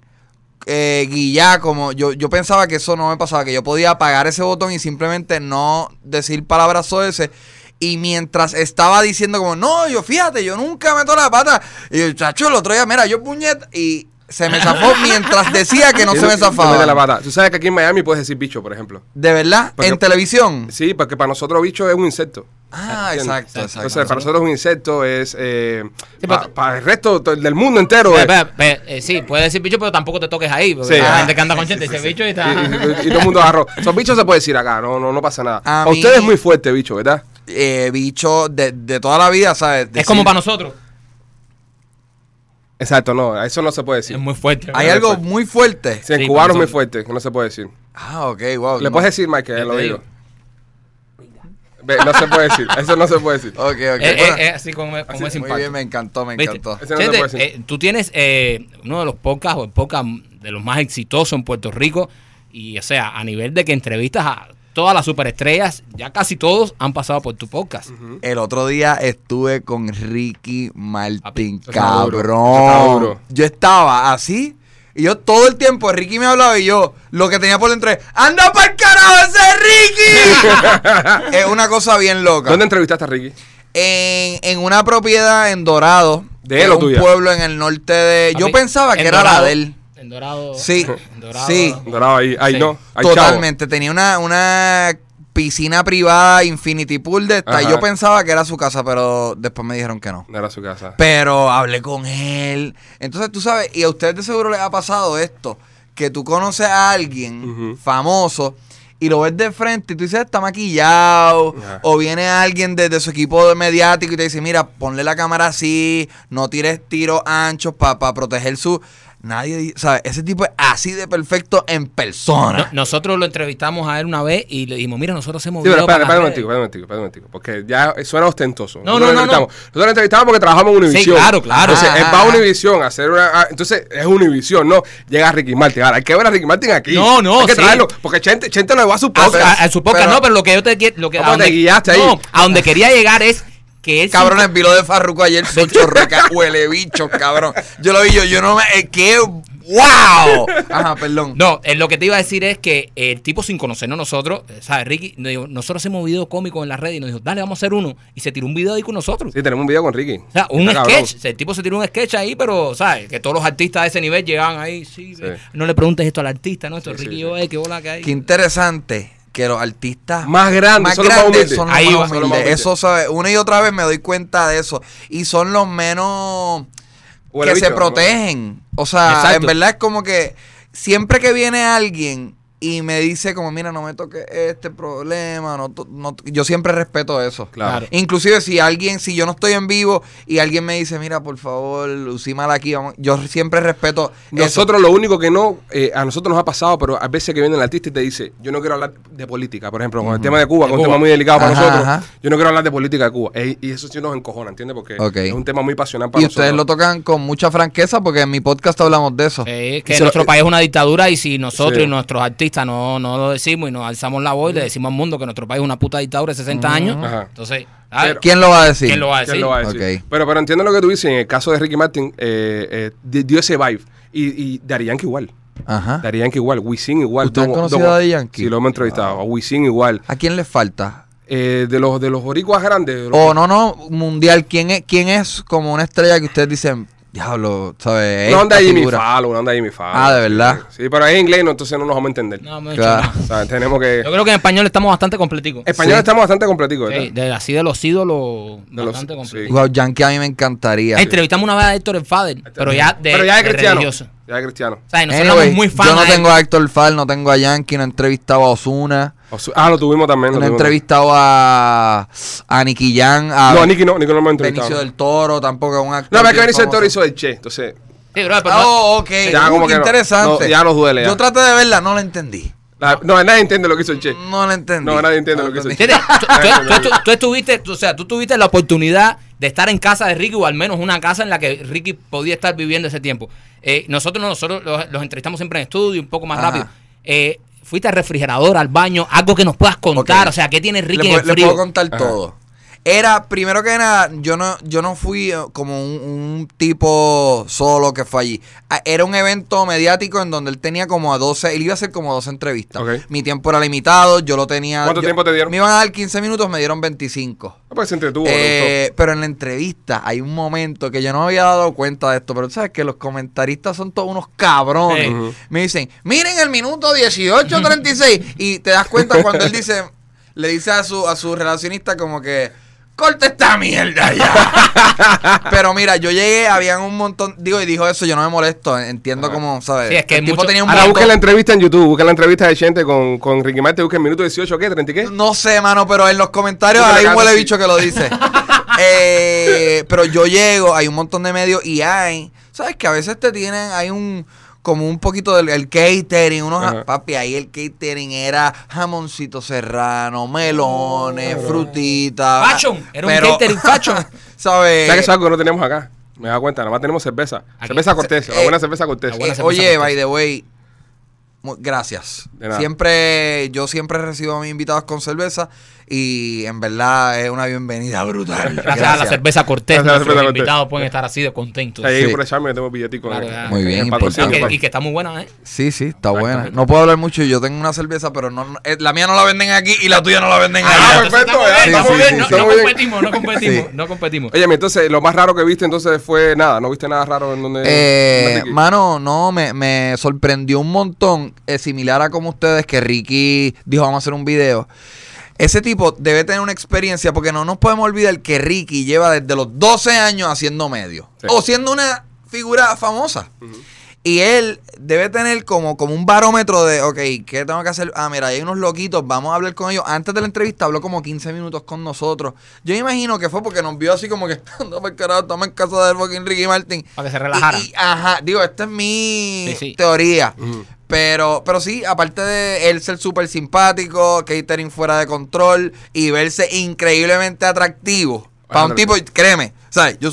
Speaker 3: eh, guillá, como yo, yo pensaba que eso no me pasaba, que yo podía apagar ese botón y simplemente no decir palabras ese Y mientras estaba diciendo como, no, yo fíjate, yo nunca meto la pata. Y yo, chacho, el otro día, mira, yo puñet y se me zafó mientras decía que no
Speaker 1: Y
Speaker 3: se me
Speaker 1: te
Speaker 3: zafaba.
Speaker 1: mete la pata. Tú sabes que aquí en Miami puedes decir bicho, por ejemplo.
Speaker 3: ¿De verdad?
Speaker 1: Porque-
Speaker 3: ¿En
Speaker 2: Mm.
Speaker 3: televisión?
Speaker 1: Sí, porque para nosotros bicho es un insecto.
Speaker 3: Ah,
Speaker 1: ¿entiendes?
Speaker 3: exacto, exacto.
Speaker 1: Entonces, para nosotros un insecto es. eh,
Speaker 2: Sí,
Speaker 1: pa-
Speaker 2: porque-
Speaker 1: para el resto to- del mundo entero.
Speaker 2: Pero,
Speaker 1: es-
Speaker 2: pero, pero, eh, sí, puede decir bicho, pero tampoco te toques ahí. Porque
Speaker 1: Sí.
Speaker 2: la
Speaker 1: Ah.
Speaker 2: gente que anda con gente dice bicho y está.
Speaker 1: y, y- y todo el mundo agarró. Son bichos se puede decir acá, no, no, no pasa nada.
Speaker 3: A
Speaker 1: A
Speaker 3: mí-
Speaker 1: ustedes es muy fuerte, bicho, ¿verdad?
Speaker 3: Eh, bicho de, de toda la vida, ¿sabes?
Speaker 2: es
Speaker 3: Decir-
Speaker 2: como para nosotros.
Speaker 1: Exacto, no, eso no se puede decir.
Speaker 2: Es muy fuerte.
Speaker 3: Hay algo muy fuerte.
Speaker 1: Sí, en cubano
Speaker 2: Sí,
Speaker 1: es
Speaker 2: para
Speaker 1: muy
Speaker 2: nosotros.
Speaker 1: fuerte, que no se puede decir.
Speaker 3: Ah, ok, wow.
Speaker 1: Le
Speaker 3: no.
Speaker 1: puedes decir, Mike, que
Speaker 2: Ya
Speaker 1: lo
Speaker 2: te
Speaker 1: digo.
Speaker 2: digo.
Speaker 1: Ve, no se puede decir, eso no se puede decir.
Speaker 3: Ok, ok.
Speaker 2: Eh, eh,
Speaker 3: bueno.
Speaker 2: eh, así como, como es
Speaker 3: Muy bien,
Speaker 2: simpático.
Speaker 3: me encantó, me
Speaker 2: ¿Viste?
Speaker 3: encantó.
Speaker 1: Ese no se
Speaker 2: Chete,
Speaker 1: puede decir.
Speaker 2: eh, tú tienes eh, uno de los podcasts o el podcast de los más exitosos en Puerto Rico y o sea, a nivel de que entrevistas a todas las superestrellas, ya casi todos han pasado por tu podcast.
Speaker 3: El otro día estuve con Ricky Martin,
Speaker 2: Papi,
Speaker 1: eso está
Speaker 3: cabrón.
Speaker 1: duro, eso está duro.
Speaker 3: Yo estaba así. Y yo todo el tiempo, Ricky me hablaba y yo lo que tenía por dentro es, ¡Anda para el carajo ese Ricky! es una cosa bien loca.
Speaker 1: ¿Dónde entrevistaste a Ricky?
Speaker 3: en, en una propiedad en Dorado.
Speaker 1: ¿De él
Speaker 3: que
Speaker 1: o
Speaker 3: es un
Speaker 1: tuya?
Speaker 3: pueblo en el norte de... Yo
Speaker 2: Papi,
Speaker 3: pensaba que
Speaker 2: en
Speaker 3: era
Speaker 2: Dorado,
Speaker 3: la de él.
Speaker 2: En Dorado.
Speaker 3: Sí,
Speaker 2: en Dorado,
Speaker 3: sí.
Speaker 1: Dorado ahí, ahí
Speaker 2: Sí.
Speaker 1: no. Ahí chavo.
Speaker 3: Totalmente. Tenía una, una piscina privada, Infinity Pool de esta. Y
Speaker 1: Ajá.
Speaker 3: yo pensaba que era su casa, pero después me dijeron que no.
Speaker 1: No era su casa.
Speaker 3: Pero hablé con él. Entonces, tú sabes, y a ustedes de seguro les ha pasado esto, que tú conoces a alguien
Speaker 1: Ujú.
Speaker 3: famoso y lo ves de frente y tú dices, "Ah, está maquillado.
Speaker 1: Ajá.
Speaker 3: O viene alguien de, de su equipo de mediático y te dice, mira, ponle la cámara así, no tires tiros anchos para proteger su... Nadie, di- ¿sabes? Ese tipo es así de perfecto en persona.
Speaker 2: No- nosotros lo entrevistamos a él una vez y le dijimos, mira, nosotros hacemos
Speaker 1: Sí, pero
Speaker 2: video
Speaker 1: espérate,
Speaker 2: para
Speaker 1: espérate un
Speaker 2: las
Speaker 1: momentico, espérate un momentico, espérate un momentico, porque ya eh, suena ostentoso.
Speaker 2: No,
Speaker 1: Nosotros
Speaker 2: no,
Speaker 1: lo
Speaker 2: no, no.
Speaker 1: entrevistamos. Nosotros lo entrevistamos porque trabajamos en Univision.
Speaker 2: claro, claro.
Speaker 1: Entonces,
Speaker 3: Ajá,
Speaker 1: él va a
Speaker 3: ajá.
Speaker 1: Univision a hacer una... ah, Entonces, es Univision, ¿no? Llega Ricky Martin. Ahora, hay que ver a Ricky Martin aquí.
Speaker 2: No, no,
Speaker 1: Hay que
Speaker 2: sí.
Speaker 1: traerlo, porque Chente, Chente lo llevó a su
Speaker 2: redes.
Speaker 1: podcast.
Speaker 2: A, a- a Ah, su podcast
Speaker 3: Ah, Pero-
Speaker 2: no, pero lo que yo te quiero... Lo que,
Speaker 1: ¿Cómo te guiaste ahí?
Speaker 2: No, a donde quería llegar es que él...
Speaker 3: Cabrones, vi lo de Farruko ayer, son chorrecas, huele bicho, cabrón. Yo lo vi yo, yo no me. eh, ¡Qué wow! Ajá, perdón.
Speaker 2: No, eh, lo que te iba a decir es que eh, el tipo sin conocernos nosotros, eh, ¿sabes? Ricky, nos dijo, nosotros hacemos video cómico en la red y nos dijo, dale, vamos a hacer uno. Y se tiró un video ahí con nosotros.
Speaker 1: Sí, tenemos un video con Ricky.
Speaker 2: O sea, un
Speaker 1: Está cabrón.
Speaker 2: sketch. El tipo se tiró un sketch ahí, pero, ¿sabes? Que todos los artistas de ese nivel llegaban ahí. Sí,
Speaker 1: Sí.
Speaker 2: eh, no le preguntes esto al artista, ¿no? Esto
Speaker 1: Sí,
Speaker 2: Ricky
Speaker 1: sí,
Speaker 2: yo, eh, qué bola que hay.
Speaker 3: Qué interesante que los artistas
Speaker 1: Más grandes, son los más humildes.
Speaker 3: son los
Speaker 1: Ahí
Speaker 3: más
Speaker 1: va, son los más humildes.
Speaker 3: humildes. Eso, ¿sabes? Una y otra vez me doy cuenta de eso. Y son los menos
Speaker 1: Huele
Speaker 3: que se
Speaker 1: bicho, ¿no?
Speaker 3: protegen. O sea,
Speaker 2: Exacto.
Speaker 3: en verdad es como que siempre que viene alguien y me dice como, mira, no me toque este problema, no, to- no to-". yo siempre respeto eso.
Speaker 1: Claro.
Speaker 3: Inclusive si alguien, si yo no estoy en vivo y alguien me dice, mira, por favor, lucí mal aquí, vamos", yo siempre respeto eso.
Speaker 1: Nosotros lo único que no, eh, a nosotros nos ha pasado, pero a veces que viene el artista y te dice, yo no quiero hablar de política, por ejemplo, con el tema de Cuba, que es un
Speaker 2: Cuba.
Speaker 1: tema muy delicado para
Speaker 3: Ajá,
Speaker 1: nosotros,
Speaker 3: ajá.
Speaker 1: yo no quiero hablar de política de Cuba. Ey, y eso sí nos encojona, ¿entiendes? Porque
Speaker 3: Ok.
Speaker 1: es un tema muy pasional para
Speaker 3: Y
Speaker 1: nosotros.
Speaker 3: ustedes lo tocan con mucha franqueza porque en mi podcast hablamos de eso.
Speaker 2: Eh,
Speaker 1: Y
Speaker 2: que
Speaker 1: se lo-
Speaker 2: nuestro país es una dictadura y si nosotros
Speaker 1: Sí.
Speaker 2: y nuestros artistas no, no lo decimos y nos alzamos la voz y le decimos al mundo que nuestro país es una puta dictadura de 60 años,
Speaker 1: Ajá.
Speaker 2: entonces, ¿sabes?
Speaker 1: Pero-
Speaker 3: ¿Quién lo va a decir?
Speaker 2: ¿quién lo va a
Speaker 1: ¿Quién
Speaker 2: decir?
Speaker 1: lo va a decir?
Speaker 3: Ok.
Speaker 1: Pero, pero entiendo lo que tú dices, en el caso de Ricky Martin, eh, eh, di- dio ese vibe. Y, y Daddy Yankee igual.
Speaker 3: Ajá.
Speaker 1: Daddy Yankee igual, Wisin igual.
Speaker 3: Ah. ¿Usted ha
Speaker 1: Don-
Speaker 3: conocido
Speaker 1: Don-
Speaker 3: a Daddy Yankee? Ah.
Speaker 1: Sí, lo hemos entrevistado. A Wisin igual.
Speaker 3: ¿A quién le falta?
Speaker 1: Eh, de los de los boricuas grandes. de los-
Speaker 3: O no, no, mundial. ¿Quién es, quién es como una estrella que ustedes dicen, diablo, ¿sabes?
Speaker 1: Una onda
Speaker 3: Esta
Speaker 1: de Jimmy
Speaker 3: figura"?
Speaker 1: Fallon, una onda de Jimmy Fallon.
Speaker 3: Ah, ¿de verdad?
Speaker 1: Sí, pero es inglés, no, entonces no nos vamos a entender.
Speaker 2: No, me he hecho
Speaker 3: Claro.
Speaker 2: nada.
Speaker 1: O sea, tenemos que...
Speaker 2: Yo creo que en español estamos bastante completicos.
Speaker 1: Español
Speaker 3: Sí.
Speaker 1: estamos bastante completicos, ¿verdad?
Speaker 2: Sí, de, así de los ídolos,
Speaker 1: De los-
Speaker 2: bastante
Speaker 1: sí.
Speaker 2: completicos.
Speaker 3: Wow, Yankee a mí me encantaría.
Speaker 2: Entrevistamos una vez a Héctor el Fader, pero ya de,
Speaker 1: Pero ya es
Speaker 2: de
Speaker 1: cristiano.
Speaker 2: religioso.
Speaker 1: Ya es cristiano.
Speaker 2: O sea, nosotros
Speaker 3: Anyway,
Speaker 2: somos muy fans.
Speaker 3: yo no
Speaker 2: a él.
Speaker 3: tengo a Héctor Fal, no tengo a Yankee, no he entrevistado a Osuna,
Speaker 1: Osu- Ah, lo tuvimos también.
Speaker 3: no
Speaker 1: Lo
Speaker 3: he
Speaker 1: tuvimos.
Speaker 3: entrevistado a, a Nicky Jam, a
Speaker 1: No, a Nicky no, Nicky no lo hemos entrevistado.
Speaker 3: Benicio del Toro, tampoco a un actor.
Speaker 1: No, pero es que
Speaker 3: bien
Speaker 1: Benicio del
Speaker 3: famoso.
Speaker 1: Toro hizo el Che, entonces...
Speaker 2: Sí, bro, pero
Speaker 3: Ah,
Speaker 2: no-
Speaker 3: Oh, ok.
Speaker 1: Ya,
Speaker 3: Uh,
Speaker 1: como
Speaker 3: qué
Speaker 1: que no.
Speaker 3: interesante.
Speaker 1: No, ya nos duele, ya.
Speaker 3: Yo traté de verla, no la entendí.
Speaker 1: la- no, nadie entiende lo que hizo el Che.
Speaker 3: No la entendí.
Speaker 1: No, nadie entiende lo que hizo el Che.
Speaker 2: Fíjate, tú, tú- tú- tú- tú estuviste, tú- o sea, tú tuviste la oportunidad de estar en casa de Ricky o al menos una casa en la que Ricky podía estar viviendo ese tiempo. Eh, nosotros no, nosotros los, los entrevistamos siempre en estudio, un poco más
Speaker 3: Ajá.
Speaker 2: rápido. Eh, fuiste al refrigerador, al baño, algo que nos puedas contar,
Speaker 3: Ok.
Speaker 2: o sea, ¿qué tiene
Speaker 3: le,
Speaker 2: Ricky
Speaker 3: pu-
Speaker 2: en el
Speaker 3: le
Speaker 2: frío?
Speaker 3: puedo contar todo. Era, primero que nada, yo no, yo no fui eh, como un, un tipo solo que fue allí. Ah, Era un evento mediático en donde él tenía como a 12, él iba a hacer como 12 entrevistas.
Speaker 1: Ok.
Speaker 3: Mi tiempo era limitado, yo lo tenía.
Speaker 1: ¿Cuánto
Speaker 3: yo-
Speaker 1: tiempo te dieron?
Speaker 3: Me iban a dar 15 minutos, me dieron 25.
Speaker 1: No, pues se entretuvo. le
Speaker 3: Eh, pero en la entrevista hay un momento que yo no me había dado cuenta de esto, pero tú sabes que los comentaristas son todos unos cabrones.
Speaker 2: Sí.
Speaker 1: Ujú.
Speaker 3: Me dicen, miren el minuto 18.36 y te das cuenta cuando él dice, le dice a su, a su relacionista como que, corta esta mierda ya. pero mira, yo llegué, habían un montón, digo, y dijo eso, yo no me molesto, entiendo cómo, ¿sabes?
Speaker 2: Sí, es que
Speaker 3: el tipo
Speaker 2: mucho-
Speaker 3: tenía un
Speaker 1: Ahora busquen
Speaker 3: montón-
Speaker 1: la entrevista en YouTube, busquen la entrevista de gente con, con Ricky Martin, busquen minuto 18, ¿qué? ¿30 y qué?
Speaker 3: No sé, mano, pero en los comentarios
Speaker 1: Yo te
Speaker 3: hay
Speaker 1: la
Speaker 3: un
Speaker 1: canto,
Speaker 3: huele
Speaker 1: sí.
Speaker 3: bicho que lo dice. Eh, pero yo llego, hay un montón de medios y hay, ¿sabes? Que a veces te tienen, hay un como un poquito del el catering, unos
Speaker 1: Ajá.
Speaker 3: papi, ahí el catering era jamoncito serrano, melones, frutita.
Speaker 2: Fashion, era un catering fashion.
Speaker 1: ¿Sabes
Speaker 3: ¿Sabes?
Speaker 1: que eso es algo que no tenemos acá? Me da cuenta, nada más tenemos cerveza.
Speaker 2: Aquí.
Speaker 1: Cerveza cortés, la
Speaker 3: Eh,
Speaker 1: buena cerveza cortés.
Speaker 3: Eh, oye, by the way, mu- gracias.
Speaker 1: De nada.
Speaker 3: Siempre, yo siempre recibo a mis invitados con cerveza y en verdad es una bienvenida brutal.
Speaker 2: Gracias, a la
Speaker 3: Gracias.
Speaker 2: cerveza Cortés,
Speaker 1: Gracias a la
Speaker 2: nuestros
Speaker 1: cerveza Cortés.
Speaker 2: invitados pueden estar así de contentos.
Speaker 1: Ahí
Speaker 3: Sí.
Speaker 1: por echarme, yo tengo billetico.
Speaker 2: Claro, claro.
Speaker 3: Muy bien,
Speaker 2: Y
Speaker 1: patrocinio,
Speaker 3: importante.
Speaker 2: que,
Speaker 1: papi.
Speaker 2: y que está muy buena, ¿eh?
Speaker 3: Sí, sí, está buena.
Speaker 1: Exactamente.
Speaker 3: No puedo hablar mucho. Yo tengo una cerveza, pero no, no- eh, la mía no la venden aquí y la tuya no la venden
Speaker 1: Ah,
Speaker 3: allá.
Speaker 2: Entonces,
Speaker 1: perfecto,
Speaker 2: estamos
Speaker 1: ya,
Speaker 2: bien,
Speaker 3: sí,
Speaker 2: estamos
Speaker 3: sí,
Speaker 2: bien, no-
Speaker 3: sí, sí.
Speaker 2: no
Speaker 1: Estamos bien.
Speaker 2: competimos, no competimos,
Speaker 3: Sí.
Speaker 2: no competimos.
Speaker 1: Oye, mi, entonces, lo más raro que viste entonces fue nada, no viste nada raro en donde...
Speaker 3: Eh,
Speaker 1: Ricky?
Speaker 3: mano, no, me, me sorprendió un montón, eh, similar a como ustedes, que Ricky dijo, vamos a hacer un video. Ese tipo debe tener una experiencia, porque no nos podemos olvidar que Ricky lleva desde los 12 años haciendo medio,
Speaker 1: Sí. Mm.
Speaker 3: o siendo una figura famosa. Y él debe tener como, como un barómetro de, ok, ¿qué tengo que hacer? Ah, mira, hay unos loquitos, vamos a hablar con ellos. Antes de la entrevista habló como 15 minutos con nosotros. Yo me imagino que fue porque nos vio así como que, no, por carajo, estamos en casa del fucking Ricky Martin.
Speaker 2: Para que se relajara.
Speaker 3: Y- y- ajá, digo, esta es mi
Speaker 2: Sí, sí.
Speaker 3: teoría.
Speaker 1: Ujú.
Speaker 3: Pero, pero sí, aparte de él ser súper simpático, catering fuera de control y verse increíblemente atractivo. Para un tipo,
Speaker 1: atractivo.
Speaker 3: créeme, ¿sabes? Yo,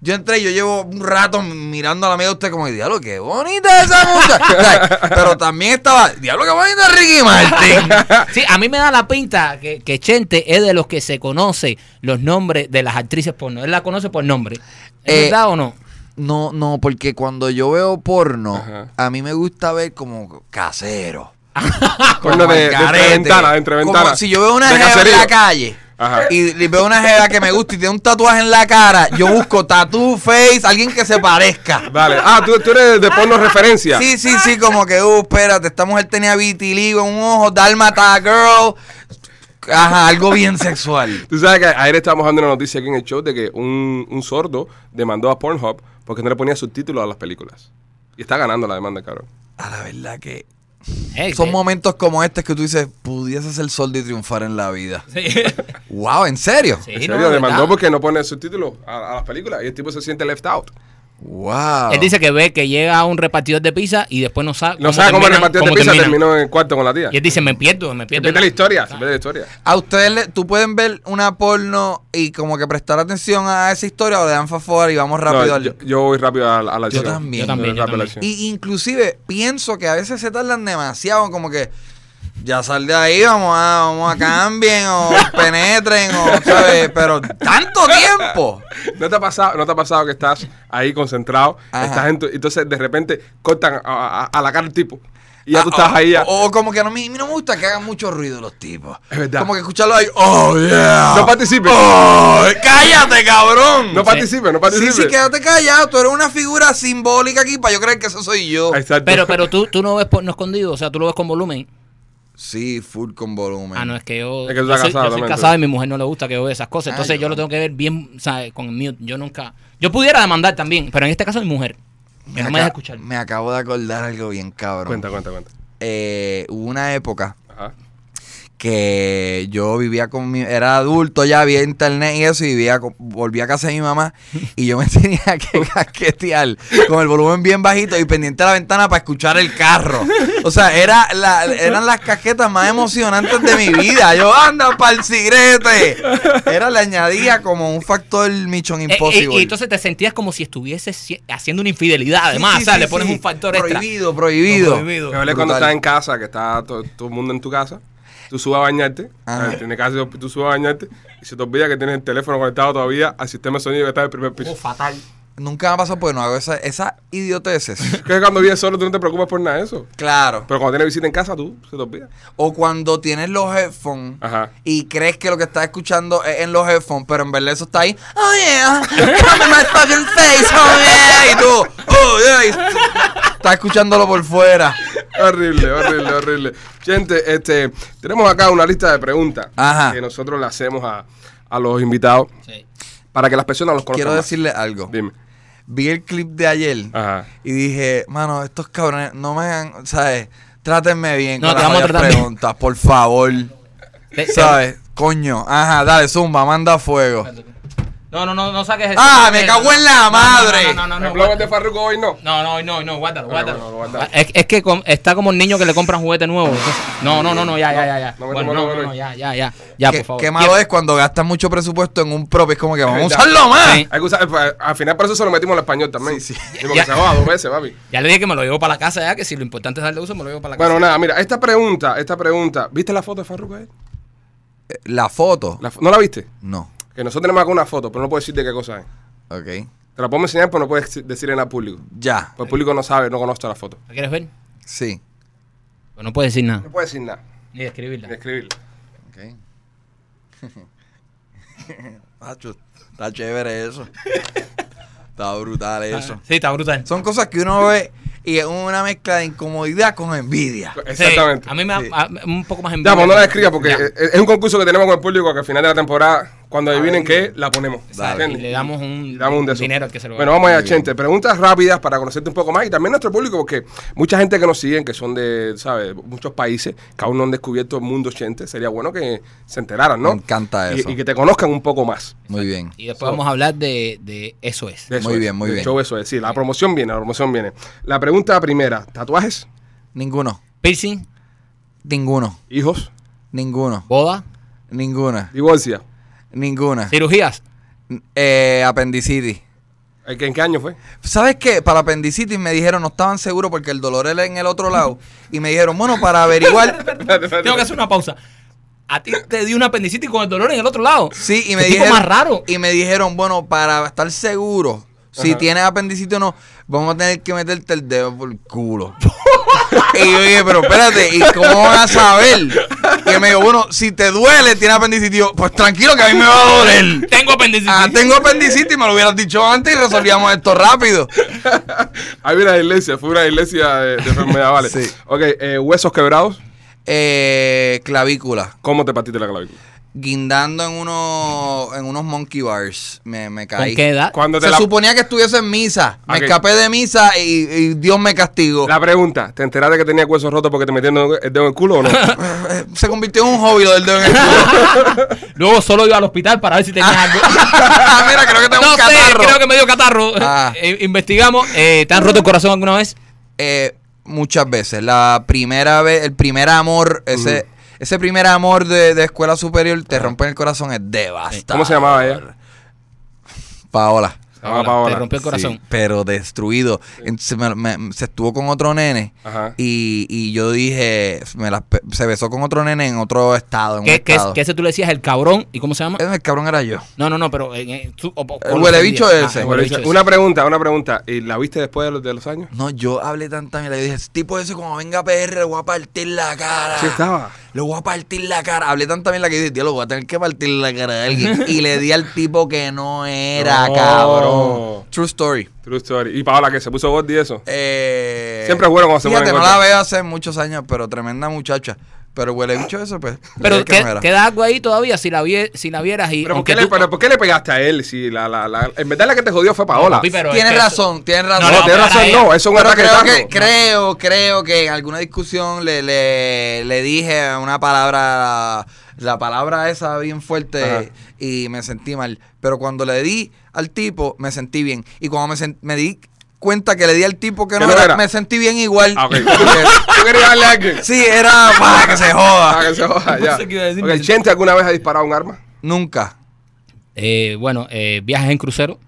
Speaker 3: yo entré, yo llevo un rato mirando a la media de usted como, diablo, qué bonita esa muchacha. ¿Sabes? Pero también estaba, diablo, qué bonita Ricky Martin.
Speaker 1: ah.
Speaker 2: Sí, a mí me da la pinta que, que Chente es de los que se conoce los nombres de las actrices porno. Él la conoce por nombre. ¿Es
Speaker 3: Eh,
Speaker 2: verdad o no?
Speaker 3: No, no, porque cuando yo veo porno,
Speaker 1: Ajá.
Speaker 3: a mí me gusta ver como casero.
Speaker 1: Porno de, de entre
Speaker 3: Margarete.
Speaker 1: ventana, de entre
Speaker 3: Como
Speaker 1: ventana.
Speaker 3: si yo veo una
Speaker 1: De
Speaker 3: jeva en
Speaker 1: caserío.
Speaker 3: la calle
Speaker 1: Ajá.
Speaker 3: y, y veo una jeva que me gusta y tiene un tatuaje en la cara, yo busco tattoo face, alguien que se parezca.
Speaker 1: Vale. Ah, tú, tú eres de porno referencia.
Speaker 3: Sí, sí, sí, como que, uh, espérate, esta mujer tenía vitiligo en un ojo, dálmata girl. Ajá, algo bien sexual.
Speaker 1: Tú sabes que ayer estábamos dando una noticia aquí en el show de que un, un sordo demandó a Pornhub porque no le ponía subtítulos a las películas. Y está ganando la demanda, cabrón.
Speaker 3: A la verdad que
Speaker 2: Eh,
Speaker 3: son
Speaker 2: eh,
Speaker 3: momentos como este que tú dices, pudiese ser sol y triunfar en la vida.
Speaker 2: Sí.
Speaker 3: Wow, ¿en serio?
Speaker 2: Sí,
Speaker 1: En
Speaker 2: Eh, no,
Speaker 1: serio,
Speaker 2: ¿verdad?
Speaker 1: demandó porque no pone subtítulos a, a las películas y el tipo se siente left out.
Speaker 3: Wow.
Speaker 2: Él dice que ve que llega un repartidor de pizza y después no sabe
Speaker 1: No sabe cómo el
Speaker 2: terminan-
Speaker 1: repartidor de
Speaker 2: cómo
Speaker 1: pizza
Speaker 2: terminan.
Speaker 1: terminó en el cuarto con la tía.
Speaker 2: Y Ah. él dice, me pierdo, me
Speaker 1: Se
Speaker 2: pierdo.
Speaker 1: pierde la historia, se pierde la historia.
Speaker 3: A ustedes, le- tú pueden ver una porno y como que prestar atención a esa historia o le dan favor y vamos rápido
Speaker 1: No,
Speaker 3: al...
Speaker 1: yo, yo voy rápido a, la- a la
Speaker 3: Yo
Speaker 1: acción.
Speaker 3: también.
Speaker 2: Yo también,
Speaker 1: voy
Speaker 2: yo
Speaker 1: rápido a la
Speaker 2: también.
Speaker 1: acción.
Speaker 3: Y inclusive pienso que a veces se tardan demasiado, como que ya sal de ahí, vamos a, vamos a cambien o penetren o sabes, pero tanto tiempo.
Speaker 1: ¿No te, ha pasado, ¿No te ha pasado que estás ahí concentrado?
Speaker 3: Ajá.
Speaker 1: Estás en tu- entonces de repente cortan a, a- a la cara al tipo. Y ya tú
Speaker 3: Ah,
Speaker 1: estás
Speaker 3: o-
Speaker 1: ahí. ya.
Speaker 3: O, o como que a mí, a mí no me gusta que hagan mucho ruido los tipos.
Speaker 1: Es verdad.
Speaker 3: Como que escucharlo ahí, oh yeah.
Speaker 1: No participes.
Speaker 3: "Oh, cállate, cabrón.
Speaker 1: no participes, no
Speaker 3: sí,
Speaker 1: participes.
Speaker 3: sí, quédate callado, tú eres una figura simbólica aquí para yo creer que eso soy yo.
Speaker 1: Exacto.
Speaker 2: Pero, pero tú, tú no ves porno escondido, o sea, tú lo ves con volumen.
Speaker 3: Sí, full con volumen.
Speaker 2: Ah, no, es que yo,
Speaker 1: Es que tú
Speaker 2: yo
Speaker 1: estás
Speaker 2: soy,
Speaker 1: casado
Speaker 2: yo soy
Speaker 1: también, tú.
Speaker 2: casado y mi mujer no le gusta que yo vea esas cosas.
Speaker 3: Ah,
Speaker 2: Entonces
Speaker 3: yo
Speaker 2: yo lo tengo que ver bien, ¿sabes? Con mute. Yo nunca... Yo pudiera demandar también, pero en este caso mi mujer. Que no me deja
Speaker 3: aca-
Speaker 2: escuchar.
Speaker 3: me acabo de acordar algo bien cabrón.
Speaker 1: Cuenta, cuenta, cuenta.
Speaker 3: eh, hubo una época
Speaker 1: Ajá.
Speaker 3: que yo vivía con mi... Era adulto ya, había internet y eso, y vivía con- volví a casa de mi mamá y yo me tenía que casquetear con el volumen bien bajito y pendiente a la ventana para escuchar el carro. O sea, era la- eran las casquetas más emocionantes de mi vida. Yo, anda para el cigrete. Era, le añadía como un factor Michon
Speaker 2: Eh, eh,
Speaker 3: Impossible.
Speaker 2: y entonces te sentías como si estuvieses si- haciendo una infidelidad,
Speaker 3: Sí,
Speaker 2: además,
Speaker 3: sí,
Speaker 2: ¿sabes?
Speaker 3: sí,
Speaker 2: le pones
Speaker 3: sí.
Speaker 2: un factor extra.
Speaker 3: prohibido, prohibido.
Speaker 2: Prohibido.
Speaker 1: Me hablé cuando
Speaker 3: Brutal.
Speaker 1: estás en casa, que está to- todo, el mundo en tu casa. Tú subes a bañarte.
Speaker 3: Ajá.
Speaker 1: eh, Tienes casa, tú subes a bañarte. Y se te olvida que tienes el teléfono conectado todavía al sistema de sonido que está en el primer piso.
Speaker 2: Oh, fatal.
Speaker 3: Nunca me ha pasado porque no hago esa- esas idioteces.
Speaker 1: Que cuando vives solo tú no te preocupas por nada de eso.
Speaker 3: Claro.
Speaker 1: Pero cuando tienes visita en casa, tú se te olvida.
Speaker 3: O cuando tienes los headphones
Speaker 1: Ajá.
Speaker 3: y crees que lo que estás escuchando es en los headphones, pero en verdad eso está ahí. Oh yeah, come in my fucking face, oh yeah. Y tú, oh yeah. y tú- estás escuchándolo por fuera.
Speaker 1: Horrible, horrible, horrible. Gente, este, tenemos acá una lista de preguntas
Speaker 3: Ajá.
Speaker 1: que nosotros le hacemos a, a los invitados
Speaker 2: Sí.
Speaker 1: para que las personas los conozcan.
Speaker 3: Quiero
Speaker 1: más.
Speaker 3: decirle algo.
Speaker 1: Dime.
Speaker 3: Vi el clip de ayer
Speaker 1: Ajá.
Speaker 3: y dije, mano, estos cabrones no me hagan, ¿sabes? Trátenme bien
Speaker 2: No,
Speaker 3: con
Speaker 2: te
Speaker 3: las
Speaker 2: vamos a
Speaker 3: jodidas
Speaker 2: tratar bien.
Speaker 3: preguntas, por favor.
Speaker 2: Te- te-
Speaker 3: ¿Sabes? Coño. Ajá, dale, zumba, manda fuego.
Speaker 2: No, no, no, no saques eso.
Speaker 3: ¡Ah, me cago en la
Speaker 2: No, no,
Speaker 3: madre!
Speaker 2: No, Ah, no, no,
Speaker 1: el
Speaker 2: no.
Speaker 1: blog
Speaker 2: guarda-
Speaker 1: de Farruko hoy no.
Speaker 2: No, no, no, no, guárdalo, guárdalo.
Speaker 1: este bueno, lo guardamos.
Speaker 2: Ah, Es, es que com- está como el niño que le compran juguete nuevo. No, no, no, no, ya, ya, ya, ya.
Speaker 1: No, no, no,
Speaker 2: Bueno, no,
Speaker 1: no,
Speaker 2: no,
Speaker 1: no.
Speaker 2: no, ya, ya, ya. Ya,
Speaker 3: qué,
Speaker 2: por favor.
Speaker 3: qué malo es cuando gastas mucho presupuesto en un prop. Es como que vamos a
Speaker 1: verdad.
Speaker 3: usarlo más.
Speaker 2: Sí.
Speaker 1: Hay que usar- pa- al final por eso se lo metimos al español también. Sí, sí. Porque
Speaker 2: Ya.
Speaker 1: se va dos veces, papi.
Speaker 2: Ya le dije que me lo llevo para la casa ya, que si lo importante es darle uso, me lo llevo para la
Speaker 1: Bueno,
Speaker 2: casa.
Speaker 1: nada, mira, esta pregunta, esta pregunta. ¿Viste la foto de Farruko ahí?
Speaker 3: Eh, La foto.
Speaker 1: La fo- ¿No la viste?
Speaker 3: No.
Speaker 1: Que nosotros tenemos acá una foto, pero no puedo decir de qué cosa es.
Speaker 3: Ok.
Speaker 1: Te la podemos enseñar, pero no puedes decir en el público.
Speaker 3: Ya.
Speaker 1: Porque el público no sabe, no conoce la foto.
Speaker 2: ¿La quieres ver?
Speaker 3: Sí.
Speaker 2: Pues no puedes decir nada.
Speaker 1: No puedes decir nada,
Speaker 2: Ni describirla.
Speaker 1: ni escribirla.
Speaker 3: Ok. Macho, está chévere eso. Está brutal eso.
Speaker 2: Ah, Sí, está brutal.
Speaker 3: Son cosas que uno ve y es una mezcla de incomodidad con envidia.
Speaker 1: Exactamente.
Speaker 2: Sí, a mí me da
Speaker 3: Sí.
Speaker 2: a- un poco más envidia.
Speaker 1: Ya, pues no la escriba porque
Speaker 2: Ya.
Speaker 1: eh, es un concurso que tenemos con el público que al final de la temporada, cuando adivinen qué, la ponemos.
Speaker 3: Dale.
Speaker 2: Y le damos un,
Speaker 1: Le damos un de esos.
Speaker 2: dinero al que se lo
Speaker 1: Bueno, vamos allá, Chente. Preguntas rápidas para conocerte un poco más y también nuestro público, porque mucha gente que nos siguen, que son de, ¿sabes?, muchos países, que aún no han descubierto el mundo, Chente. Sería bueno que se enteraran, ¿no?
Speaker 3: Me encanta
Speaker 1: Y-
Speaker 3: eso.
Speaker 1: Y, que te conozcan un poco más.
Speaker 3: Muy bien.
Speaker 2: Y después vamos a hablar de, de eso es.
Speaker 1: De eso
Speaker 3: Muy
Speaker 1: es,
Speaker 3: bien, muy
Speaker 1: del
Speaker 3: bien.
Speaker 1: show eso es. Sí, la promoción viene, la promoción viene. La pregunta primera, ¿tatuajes?
Speaker 3: Ninguno.
Speaker 2: Piercing,
Speaker 3: Ninguno.
Speaker 1: ¿Hijos?
Speaker 3: Ninguno.
Speaker 2: boda,
Speaker 3: Ninguna.
Speaker 1: ¿Divorcia?
Speaker 3: Ninguna.
Speaker 2: cirugías.
Speaker 3: Eh, apendicitis.
Speaker 1: ¿En qué- en qué año fue?
Speaker 3: ¿Sabes qué? Para apendicitis me dijeron, no estaban seguros porque el dolor era en el otro lado. Y me dijeron, bueno, para averiguar.
Speaker 2: Tengo que hacer una pausa. A ti te dio una apendicitis con el dolor en el otro lado.
Speaker 3: Sí, y me
Speaker 2: ¿Qué tipo
Speaker 3: dijeron.
Speaker 2: más raro.
Speaker 3: Y me dijeron, bueno, para estar seguro, si
Speaker 1: Ajá.
Speaker 3: tienes apendicitis o no, vamos a tener que meterte el dedo por el culo. y yo dije, pero espérate, ¿y cómo van a saber? Y él me dijo, bueno, si te duele, tienes apendicitis. Y yo, pues tranquilo que a mí me va a doler.
Speaker 2: Tengo apendicitis.
Speaker 3: Ah, tengo apendicitis, me lo hubieras dicho antes y resolvíamos esto rápido.
Speaker 1: Hay una iglesia, fue una iglesia de, de enfermedad, vale.
Speaker 3: Sí.
Speaker 1: Ok, eh, huesos quebrados.
Speaker 3: Eh, clavícula.
Speaker 1: ¿Cómo te partiste la clavícula?
Speaker 3: Guindando en, uno, en unos monkey bars. Me, me caí.
Speaker 2: ¿Con qué edad?
Speaker 1: Cuando te
Speaker 3: Se
Speaker 1: la,
Speaker 3: suponía que estuviese en misa. Me
Speaker 1: Ok.
Speaker 3: escapé de misa y, y Dios me castigó.
Speaker 1: la pregunta, ¿te enteraste que tenía huesos rotos porque te metieron el dedo en el culo o no?
Speaker 3: Eh, Se convirtió en un hobby lo del dedo en el culo.
Speaker 2: Luego solo iba al hospital para ver si tenía
Speaker 3: Ah.
Speaker 2: algo.
Speaker 3: Mira, creo que tengo
Speaker 2: No
Speaker 3: un
Speaker 2: sé,
Speaker 3: catarro.
Speaker 2: creo que me dio catarro.
Speaker 3: Ah.
Speaker 2: Eh, investigamos. Eh, ¿Te han roto el corazón alguna vez?
Speaker 3: Eh, muchas veces. La primera vez, el primer amor, ese, ese primer amor de, de escuela superior te rompe el corazón, es devastador.
Speaker 1: ¿Cómo se llamaba ella?
Speaker 3: Paola.
Speaker 1: Ah,
Speaker 2: Te
Speaker 1: Paola.
Speaker 2: rompió el corazón.
Speaker 3: Sí, pero destruido. Entonces me- me- se estuvo con otro nene.
Speaker 1: Ajá.
Speaker 3: Y, y yo dije, me la- se besó con otro nene en otro estado. En un
Speaker 2: ¿Qué, qué,
Speaker 3: estado.
Speaker 2: qué ese tú le decías el cabrón? ¿Y cómo se llama?
Speaker 3: El cabrón era yo.
Speaker 2: No, no, no, pero. en- en- tú- o- o-
Speaker 3: El huele bicho
Speaker 2: Ah,
Speaker 3: ese.
Speaker 2: el
Speaker 1: Bueno,
Speaker 2: huele
Speaker 1: dice,
Speaker 2: bicho ese.
Speaker 1: una pregunta, una pregunta. ¿Y la viste después de los, de los años?
Speaker 3: No, yo hablé tanta mierda. Yo dije, ese tipo ese cuando venga a PR le voy a partir la cara.
Speaker 1: Sí estaba.
Speaker 3: Le voy a partir la cara. Hablé tanta mierda que dije, tío, le voy a tener que partir la cara a alguien. y le di al tipo que no era,
Speaker 1: No.
Speaker 3: cabrón. True story.
Speaker 1: True story. Y Paola, que se puso gorda y eso.
Speaker 3: Eh,
Speaker 1: Siempre es bueno cuando se
Speaker 3: fíjate,
Speaker 1: ponen
Speaker 3: no la
Speaker 1: gordos.
Speaker 3: veo hace muchos años, pero tremenda muchacha. Pero huele bicho eso, pues.
Speaker 2: Pero
Speaker 3: dije que no
Speaker 2: que-
Speaker 3: era.
Speaker 2: queda algo ahí todavía si la, vie- si la vieras y.
Speaker 1: ¿Pero por,
Speaker 2: aunque
Speaker 1: qué le,
Speaker 2: tú-
Speaker 1: pero por qué le pegaste a él? Si la, la, la- en verdad la que te jodió fue Paola.
Speaker 2: Papi, pero es
Speaker 3: Tienes
Speaker 2: que eso-
Speaker 3: razón, tienes razón.
Speaker 1: No,
Speaker 2: No,
Speaker 1: tienes
Speaker 2: pero
Speaker 1: razón,
Speaker 2: era
Speaker 1: no. Eso
Speaker 2: ella.
Speaker 1: es un
Speaker 3: Pero
Speaker 1: ataque de
Speaker 3: creo que,
Speaker 1: tango.
Speaker 3: creo, creo que en alguna discusión le, le, le dije una palabra, la palabra esa bien fuerte
Speaker 1: Ajá.
Speaker 3: y me sentí mal. Pero cuando le di al tipo, me sentí bien. Y cuando me, sen- me di cuenta que le di al tipo que no, era, me sentí bien igual.
Speaker 1: Ah, ok. ¿Tú querías darle a alguien?
Speaker 3: sí, era para que se
Speaker 1: Ah,
Speaker 3: joda.
Speaker 1: que se joda, ya.
Speaker 2: Pensé que iba a decir-
Speaker 1: Ok, Chente alguna vez ha disparado un arma?
Speaker 3: Nunca.
Speaker 2: Eh, bueno, eh, viajes en crucero.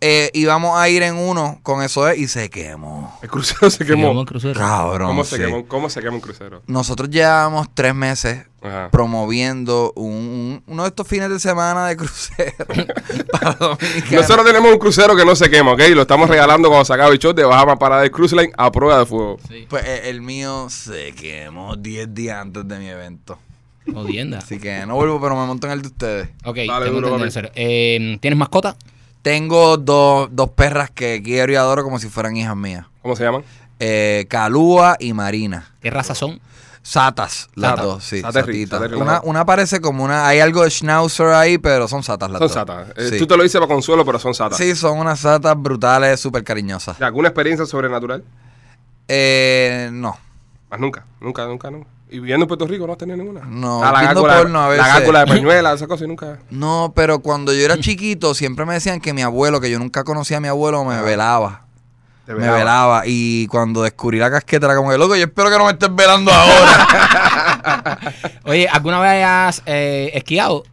Speaker 3: Eh, íbamos a ir en uno con eso es, y se quemó.
Speaker 1: El crucero se
Speaker 2: Viajamos
Speaker 1: quemó.
Speaker 2: en crucero.
Speaker 3: Cabrón.
Speaker 1: ¿Cómo se,
Speaker 3: sí.
Speaker 1: quemó, ¿Cómo se quema un crucero?
Speaker 3: Nosotros llevamos tres meses
Speaker 1: Ajá.
Speaker 3: promoviendo un, un- uno de estos fines de semana de crucero para dominicanos.
Speaker 1: Nosotros tenemos un crucero que no se quema, ¿ok? Lo estamos regalando cuando se acabe el show de Bajama Parada del Cruise Line a prueba de fuego.
Speaker 3: Pues eh, el mío se quemó 10 días antes de mi evento.
Speaker 2: Jodienda.
Speaker 3: Así que no vuelvo, pero me monto en el de ustedes.
Speaker 2: Ok,
Speaker 1: Dale,
Speaker 2: tengo
Speaker 1: duro,
Speaker 2: entendido
Speaker 1: papi.
Speaker 2: eso. Eh, ¿Tienes mascota?
Speaker 3: Tengo dos, dos perras que quiero y adoro como si fueran hijas mías.
Speaker 1: ¿Cómo se llaman?
Speaker 3: Eh, Calúa y Marina.
Speaker 2: ¿Qué raza son?
Speaker 3: Satas, las
Speaker 1: Sata.
Speaker 3: dos, sí.
Speaker 1: Sata es rico,
Speaker 3: satitas.
Speaker 1: sata es rico.
Speaker 3: Una, una parece como una... Hay algo de schnauzer ahí, pero son satas las
Speaker 1: Son
Speaker 3: dos.
Speaker 1: satas. Eh,
Speaker 3: Sí.
Speaker 1: Tú te lo dices para consuelo, pero son satas.
Speaker 3: sí, son unas satas brutales, súper cariñosas.
Speaker 1: ¿De ¿Alguna experiencia sobrenatural?
Speaker 3: Eh, no.
Speaker 1: Más nunca, nunca, nunca, nunca. Y viviendo en Puerto Rico no has tenido ninguna.
Speaker 3: No,
Speaker 1: Ah, la
Speaker 3: viendo
Speaker 1: gácula,
Speaker 3: porno a veces.
Speaker 1: La gácula de pañuela, esas cosas y nunca.
Speaker 3: No, pero cuando yo era chiquito siempre me decían que mi abuelo, que yo nunca conocía a mi abuelo, me
Speaker 1: Ah,
Speaker 3: velaba.
Speaker 1: te
Speaker 3: Me velaba. Y cuando descubrí la casqueta era como que, loco, yo espero que no me estés velando ahora.
Speaker 2: Oye, ¿alguna vez has eh, esquiado?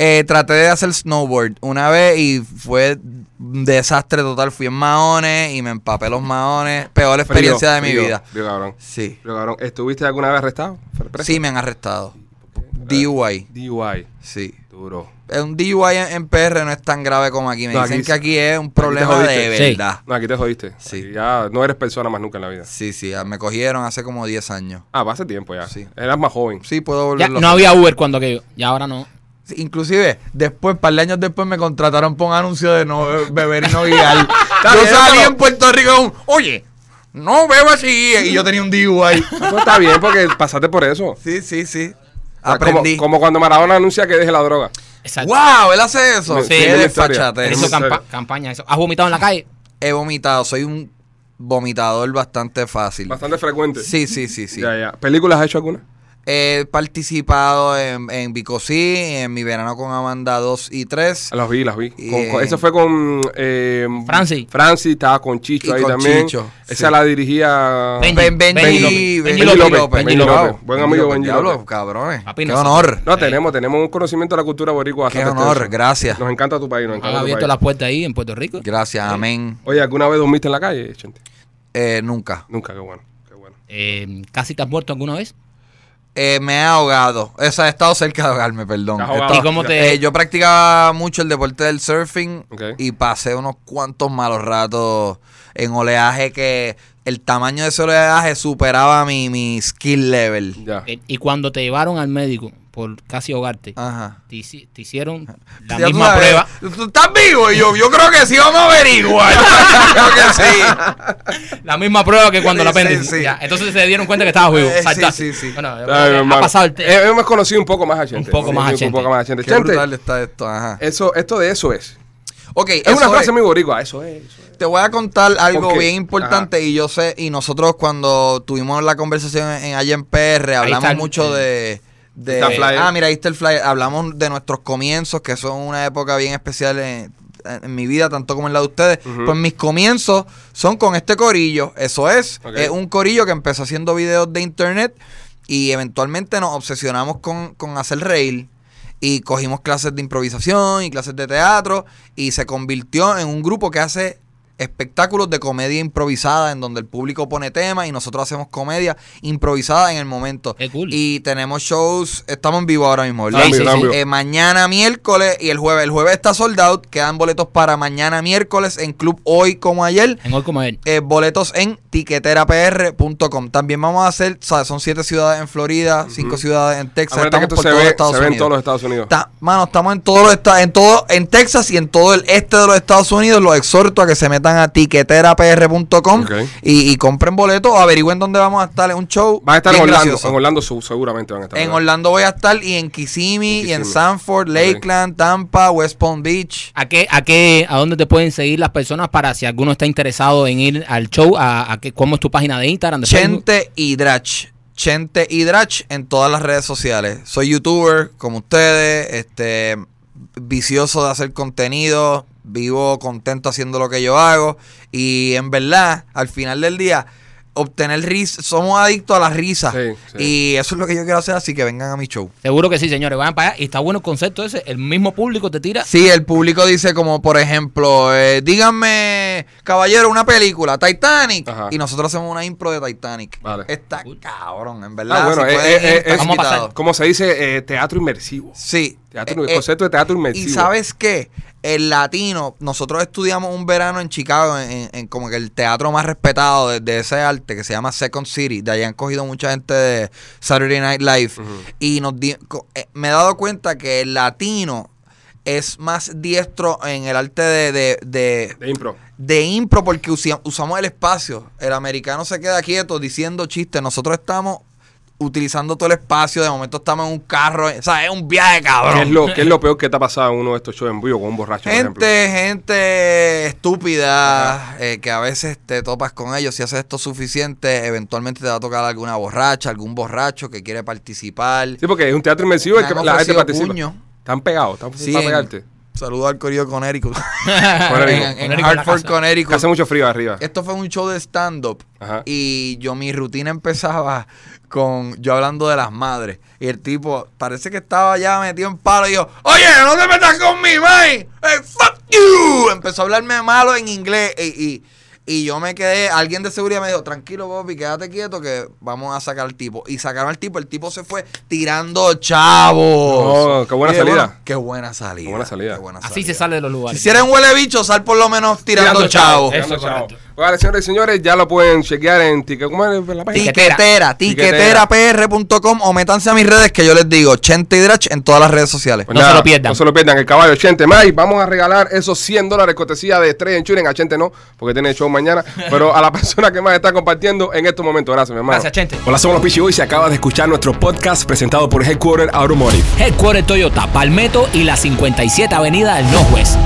Speaker 3: Eh, traté de hacer snowboard una vez y fue un desastre total. Fui en maones y me empapé los maones. Peor
Speaker 1: Frío,
Speaker 3: experiencia de mi
Speaker 1: frío,
Speaker 3: vida.
Speaker 1: Frío, cabrón.
Speaker 3: Sí.
Speaker 1: Frío, cabrón. ¿Estuviste alguna vez arrestado? ¿Preso?
Speaker 3: Sí, me han arrestado. DUI.
Speaker 1: DUI.
Speaker 3: Sí.
Speaker 1: Duro.
Speaker 3: Eh, Un DUI en, en PR no es tan grave como aquí. Me
Speaker 1: No,
Speaker 3: dicen
Speaker 1: aquí-
Speaker 3: que aquí es un problema de
Speaker 1: jodiste.
Speaker 2: Sí.
Speaker 3: verdad.
Speaker 1: No, aquí te jodiste.
Speaker 3: Ah. Sí.
Speaker 1: Aquí ya no eres persona más nunca en la vida.
Speaker 3: Sí, sí, ah, me cogieron hace como 10 años.
Speaker 1: Ah, va hace tiempo ya.
Speaker 3: Sí.
Speaker 1: Eras más joven.
Speaker 3: Sí, puedo
Speaker 2: Ya,
Speaker 3: volverlo.
Speaker 2: no había Uber cuando aquello. Y ahora no.
Speaker 3: Sí, Inclusive, después, par de años después, me contrataron por un anuncio de no be- beber y no guiar. yo
Speaker 1: bien,
Speaker 3: salí
Speaker 1: pero-
Speaker 3: en Puerto Rico con, oye, no bebas y guíes". Y yo tenía un DUI.
Speaker 1: No está bien porque pasaste por eso.
Speaker 3: sí, sí, sí.
Speaker 1: O sea,
Speaker 3: Aprendí.
Speaker 1: Como, como cuando Maradona anuncia que deje la droga.
Speaker 2: Exacto.
Speaker 3: ¡Wow! Él hace eso.
Speaker 1: Sí,
Speaker 3: Qué
Speaker 1: es una historia.
Speaker 3: desfachatez.
Speaker 1: Eso
Speaker 2: Eso
Speaker 1: campa-
Speaker 2: campa- campaña, eso. ¿Has vomitado en la calle?
Speaker 3: He vomitado. Soy un vomitador bastante fácil.
Speaker 1: Bastante frecuente.
Speaker 3: Sí, sí, sí, sí.
Speaker 1: Ya, ya. ¿Películas has hecho alguna?
Speaker 3: He participado en, en Bicosí, en mi verano con Amanda 2 y 3.
Speaker 1: Las vi, las vi.
Speaker 3: Y,
Speaker 1: Con- con-
Speaker 3: eh,
Speaker 1: eso fue con... Eh,
Speaker 2: Francis.
Speaker 1: Francis, estaba con Chicho
Speaker 3: Y
Speaker 1: ahí
Speaker 3: con
Speaker 1: también.
Speaker 3: Chicho,
Speaker 1: Esa
Speaker 3: sí.
Speaker 1: la dirigía...
Speaker 2: Benji.
Speaker 3: Ben, Benji,
Speaker 2: Benji
Speaker 3: Benji,
Speaker 2: López.
Speaker 1: Benji
Speaker 3: Benji López.
Speaker 1: López,
Speaker 3: Benji
Speaker 1: Benji
Speaker 3: López.
Speaker 1: López. Buen amigo Benji
Speaker 3: Diablo,
Speaker 1: López.
Speaker 3: cabrones.
Speaker 2: Papi,
Speaker 3: Qué
Speaker 2: nosotros-
Speaker 3: honor.
Speaker 1: No, tenemos, tenemos un conocimiento de la cultura boricua.
Speaker 3: Qué
Speaker 1: bastante
Speaker 3: honor,
Speaker 1: extenso.
Speaker 3: gracias.
Speaker 1: Nos encanta tu país, nos
Speaker 2: ¿Has
Speaker 1: encanta tu
Speaker 2: abierto
Speaker 1: país.
Speaker 2: la puerta ahí en Puerto Rico?
Speaker 3: Gracias, amén.
Speaker 1: Oye, ¿alguna vez dormiste en la calle, gente?
Speaker 3: Eh, nunca.
Speaker 1: Nunca, qué bueno, qué bueno.
Speaker 2: Eh, ¿Casi te has muerto alguna vez?
Speaker 3: eh, me he ahogado. O sea, he estado cerca de ahogarme, perdón.
Speaker 1: Te has
Speaker 3: He
Speaker 1: ahogado.
Speaker 3: estado-
Speaker 2: ¿Y cómo te-
Speaker 3: Eh, yo practicaba mucho el deporte del surfing
Speaker 1: Ok.
Speaker 3: y pasé unos cuantos malos ratos en oleaje que el tamaño de ese oleaje superaba mi, mi skill level.
Speaker 1: Ya.
Speaker 2: Eh, Y cuando te llevaron al médico por casi ahogarte,
Speaker 1: Ah.
Speaker 3: Ajá.
Speaker 2: te, hici- te hicieron la
Speaker 3: Ya tú
Speaker 2: misma
Speaker 3: sabes,
Speaker 2: prueba.
Speaker 3: ¿Tú estás vivo? Y yo, yo creo que sí, vamos a averiguar. Yo creo que sí.
Speaker 2: La misma prueba que cuando la
Speaker 3: Sí, sí,
Speaker 2: apéndice.
Speaker 3: sí.
Speaker 2: Ya, Entonces se dieron cuenta que estabas vivo.
Speaker 3: Eh, sí,
Speaker 2: saltaste.
Speaker 3: sí, sí.
Speaker 2: Bueno,
Speaker 1: Ay,
Speaker 2: eh,
Speaker 1: mi
Speaker 2: ha
Speaker 1: hermano.
Speaker 2: pasado el te-
Speaker 1: Eh, hemos conocido un poco más a gente.
Speaker 2: Un poco más a
Speaker 1: Un
Speaker 2: gente.
Speaker 1: poco más a gente.
Speaker 3: Qué
Speaker 1: Gente,
Speaker 3: brutal está esto, ajá.
Speaker 1: eso, esto de eso es.
Speaker 3: Ok,
Speaker 1: Eh, Es una
Speaker 3: eso
Speaker 1: frase muy boricua. Eso es. eso es.
Speaker 3: Te voy a contar algo
Speaker 1: Ok,
Speaker 3: bien importante y yo sé, y nosotros cuando tuvimos la conversación en, en allá en PR, hablamos
Speaker 2: está el-
Speaker 3: mucho de... de-
Speaker 1: eh, Está el flyer.
Speaker 3: ah, mira, ahí está el flyer. Hablamos de nuestros comienzos, que son una época bien especial en, en mi vida, tanto como en la de ustedes.
Speaker 1: Ujú.
Speaker 3: Pues mis comienzos son con este corillo, eso es.
Speaker 1: Ok.
Speaker 3: Es un corillo que empezó haciendo videos de internet y eventualmente nos obsesionamos con, con hacer rail y cogimos clases de improvisación y clases de teatro y se convirtió en un grupo que hace espectáculos de comedia improvisada en donde el público pone temas y nosotros hacemos comedia improvisada en el momento.
Speaker 2: Qué cool.
Speaker 3: Y tenemos shows, estamos en vivo ahora mismo, ¿verdad?
Speaker 2: Sí, sí, sí.
Speaker 3: Eh, mañana miércoles y el jueves. El jueves está sold out, quedan boletos para mañana miércoles en club hoy como ayer.
Speaker 2: En hoy como él.
Speaker 3: Eh, boletos en tiqueterapr.com. También vamos a hacer, o sea, son siete ciudades en Florida, cinco ciudades en Texas.
Speaker 1: Acuérdate que esto
Speaker 3: Estamos por
Speaker 1: se
Speaker 3: todo
Speaker 1: ve,
Speaker 3: Estados
Speaker 1: se ve en
Speaker 3: Unidos.
Speaker 1: todos los Estados Unidos.
Speaker 3: Está- mano, estamos en todos los estados, en todo, en Texas y en todo el este de los Estados Unidos. Los exhorto a que se metan a tiqueterapr.com
Speaker 1: Ok.
Speaker 3: y, y compren boletos, averigüen dónde vamos a estar. Es un show.
Speaker 1: Van a estar en
Speaker 3: bien
Speaker 1: Orlando.
Speaker 3: gracioso.
Speaker 1: En Orlando su- seguramente van a estar.
Speaker 3: En
Speaker 1: ¿verdad?
Speaker 3: Orlando voy a estar y en Kissimmee, y en
Speaker 1: Kissimmee.
Speaker 3: Sanford, Lakeland, Tampa, West Palm Beach.
Speaker 2: ¿A qué, a qué, a dónde te pueden seguir las personas para si alguno está interesado en ir al show? ¿A, a qué, cómo es tu página de Instagram? De Facebook?
Speaker 3: Chente Hidrach. Chente Hidrach en todas las redes sociales. Soy youtuber como ustedes, este vicioso de hacer contenido, vivo contento haciendo lo que yo hago y en verdad, al final del día obtener risa, somos adictos a la risa
Speaker 1: Sí, sí.
Speaker 3: y eso es lo que yo quiero hacer, así que vengan a mi show.
Speaker 2: Seguro que sí, señores. Vayan para allá. Y está bueno el concepto ese. El mismo público te tira.
Speaker 3: Sí, el público dice como, por ejemplo, eh, díganme, caballero, una película, Titanic.
Speaker 1: Ajá.
Speaker 3: Y nosotros hacemos una impro de Titanic.
Speaker 1: Vale.
Speaker 3: Está cabrón, en verdad.
Speaker 1: Ah, bueno,
Speaker 3: si
Speaker 1: eh,
Speaker 3: pueden,
Speaker 1: eh, eh,
Speaker 3: están
Speaker 1: es-
Speaker 2: Vamos a pasar.
Speaker 3: invitados.
Speaker 1: ¿Cómo se dice? Eh, teatro inmersivo.
Speaker 3: Sí.
Speaker 1: Teatro-
Speaker 3: Eh,
Speaker 1: el concepto de teatro inmersivo.
Speaker 3: Y sabes qué? El latino, nosotros estudiamos un verano en Chicago, en, en- en como que el teatro más respetado de, de ese arte que se llama Second City. De ahí han cogido mucha gente de Saturday Night Live. Y nos di- co- eh, me he dado cuenta que el latino es más diestro en el arte de- de- de
Speaker 1: De impro.
Speaker 3: de impro porque usi- usamos el espacio. El americano se queda quieto diciendo chistes. Nosotros estamos utilizando todo el espacio. De momento estamos en un carro. eh, O sea, es un viaje,
Speaker 1: ¿Qué es,
Speaker 3: cabrón.
Speaker 1: lo, ¿Qué es lo peor que te ha pasado en uno de estos shows en vivo con un borracho, por ejemplo?
Speaker 3: Gente, gente estúpida eh, que a veces te topas con ellos. Si haces esto suficiente, eventualmente te va a tocar alguna borracha, algún borracho que quiere participar.
Speaker 1: Sí, porque es un teatro inmersivo y
Speaker 3: Me
Speaker 1: que
Speaker 3: han
Speaker 1: la gente
Speaker 3: ofrecido
Speaker 1: participa.
Speaker 3: puño.
Speaker 1: Están pegados, están
Speaker 3: Sí,
Speaker 1: para
Speaker 3: en-
Speaker 1: pegarte.
Speaker 3: Saludo al Corillo de Connecticut. en,
Speaker 1: Connecticut.
Speaker 3: en
Speaker 2: Connecticut,
Speaker 3: Hartford,
Speaker 2: la casa.
Speaker 1: Que
Speaker 3: Connecticut.
Speaker 1: hace mucho frío arriba.
Speaker 3: Esto fue un show de stand-up.
Speaker 1: Ajá.
Speaker 3: Y yo, mi rutina empezaba con yo hablando de las madres. Y el tipo, parece que estaba ya metido en palo. Y yo, oye, no te metas con mi mãe. Hey, fuck you. Empezó a hablarme malo en inglés. Y, y, y yo me quedé, alguien de seguridad me dijo, tranquilo, Bobby, quédate quieto que vamos a sacar al tipo. Y sacaron al tipo, el tipo se fue tirando chavos.
Speaker 1: Oh, qué buena
Speaker 3: Y yo,
Speaker 1: salida.
Speaker 3: bueno, qué buena salida.
Speaker 1: Qué buena salida.
Speaker 3: qué buena
Speaker 2: Así se
Speaker 3: salida.
Speaker 2: sale de los lugares.
Speaker 3: Si eres un huele bicho, sal por lo menos tirando,
Speaker 2: Tirando
Speaker 3: chavos.
Speaker 2: chavos, eso es
Speaker 1: Chao.
Speaker 2: correcto.
Speaker 1: Vale, señores y señores, ya lo pueden chequear en Tica. ¿Cómo es la página?
Speaker 3: Tiquetera,
Speaker 1: Tiquetera.
Speaker 3: tiqueterapr.com o métanse a mis redes que yo les digo, Chente y Drach en todas las redes sociales.
Speaker 1: Pues
Speaker 2: No se lo pierdan.
Speaker 1: No se lo pierdan. El caballo 80 Mike. Vamos a regalar esos 100 dólares cortesía de Trey en Churen. A 80 no, porque tiene show mañana. Pero a la persona que más está compartiendo en estos momentos. Gracias, mi hermano.
Speaker 2: Gracias, Chente.
Speaker 7: Hola, somos los Pichi y se acaba de escuchar nuestro podcast presentado por Headquarter Automotive.
Speaker 2: Headquarter Toyota, Palmetto y la 57 Avenida del Northwest.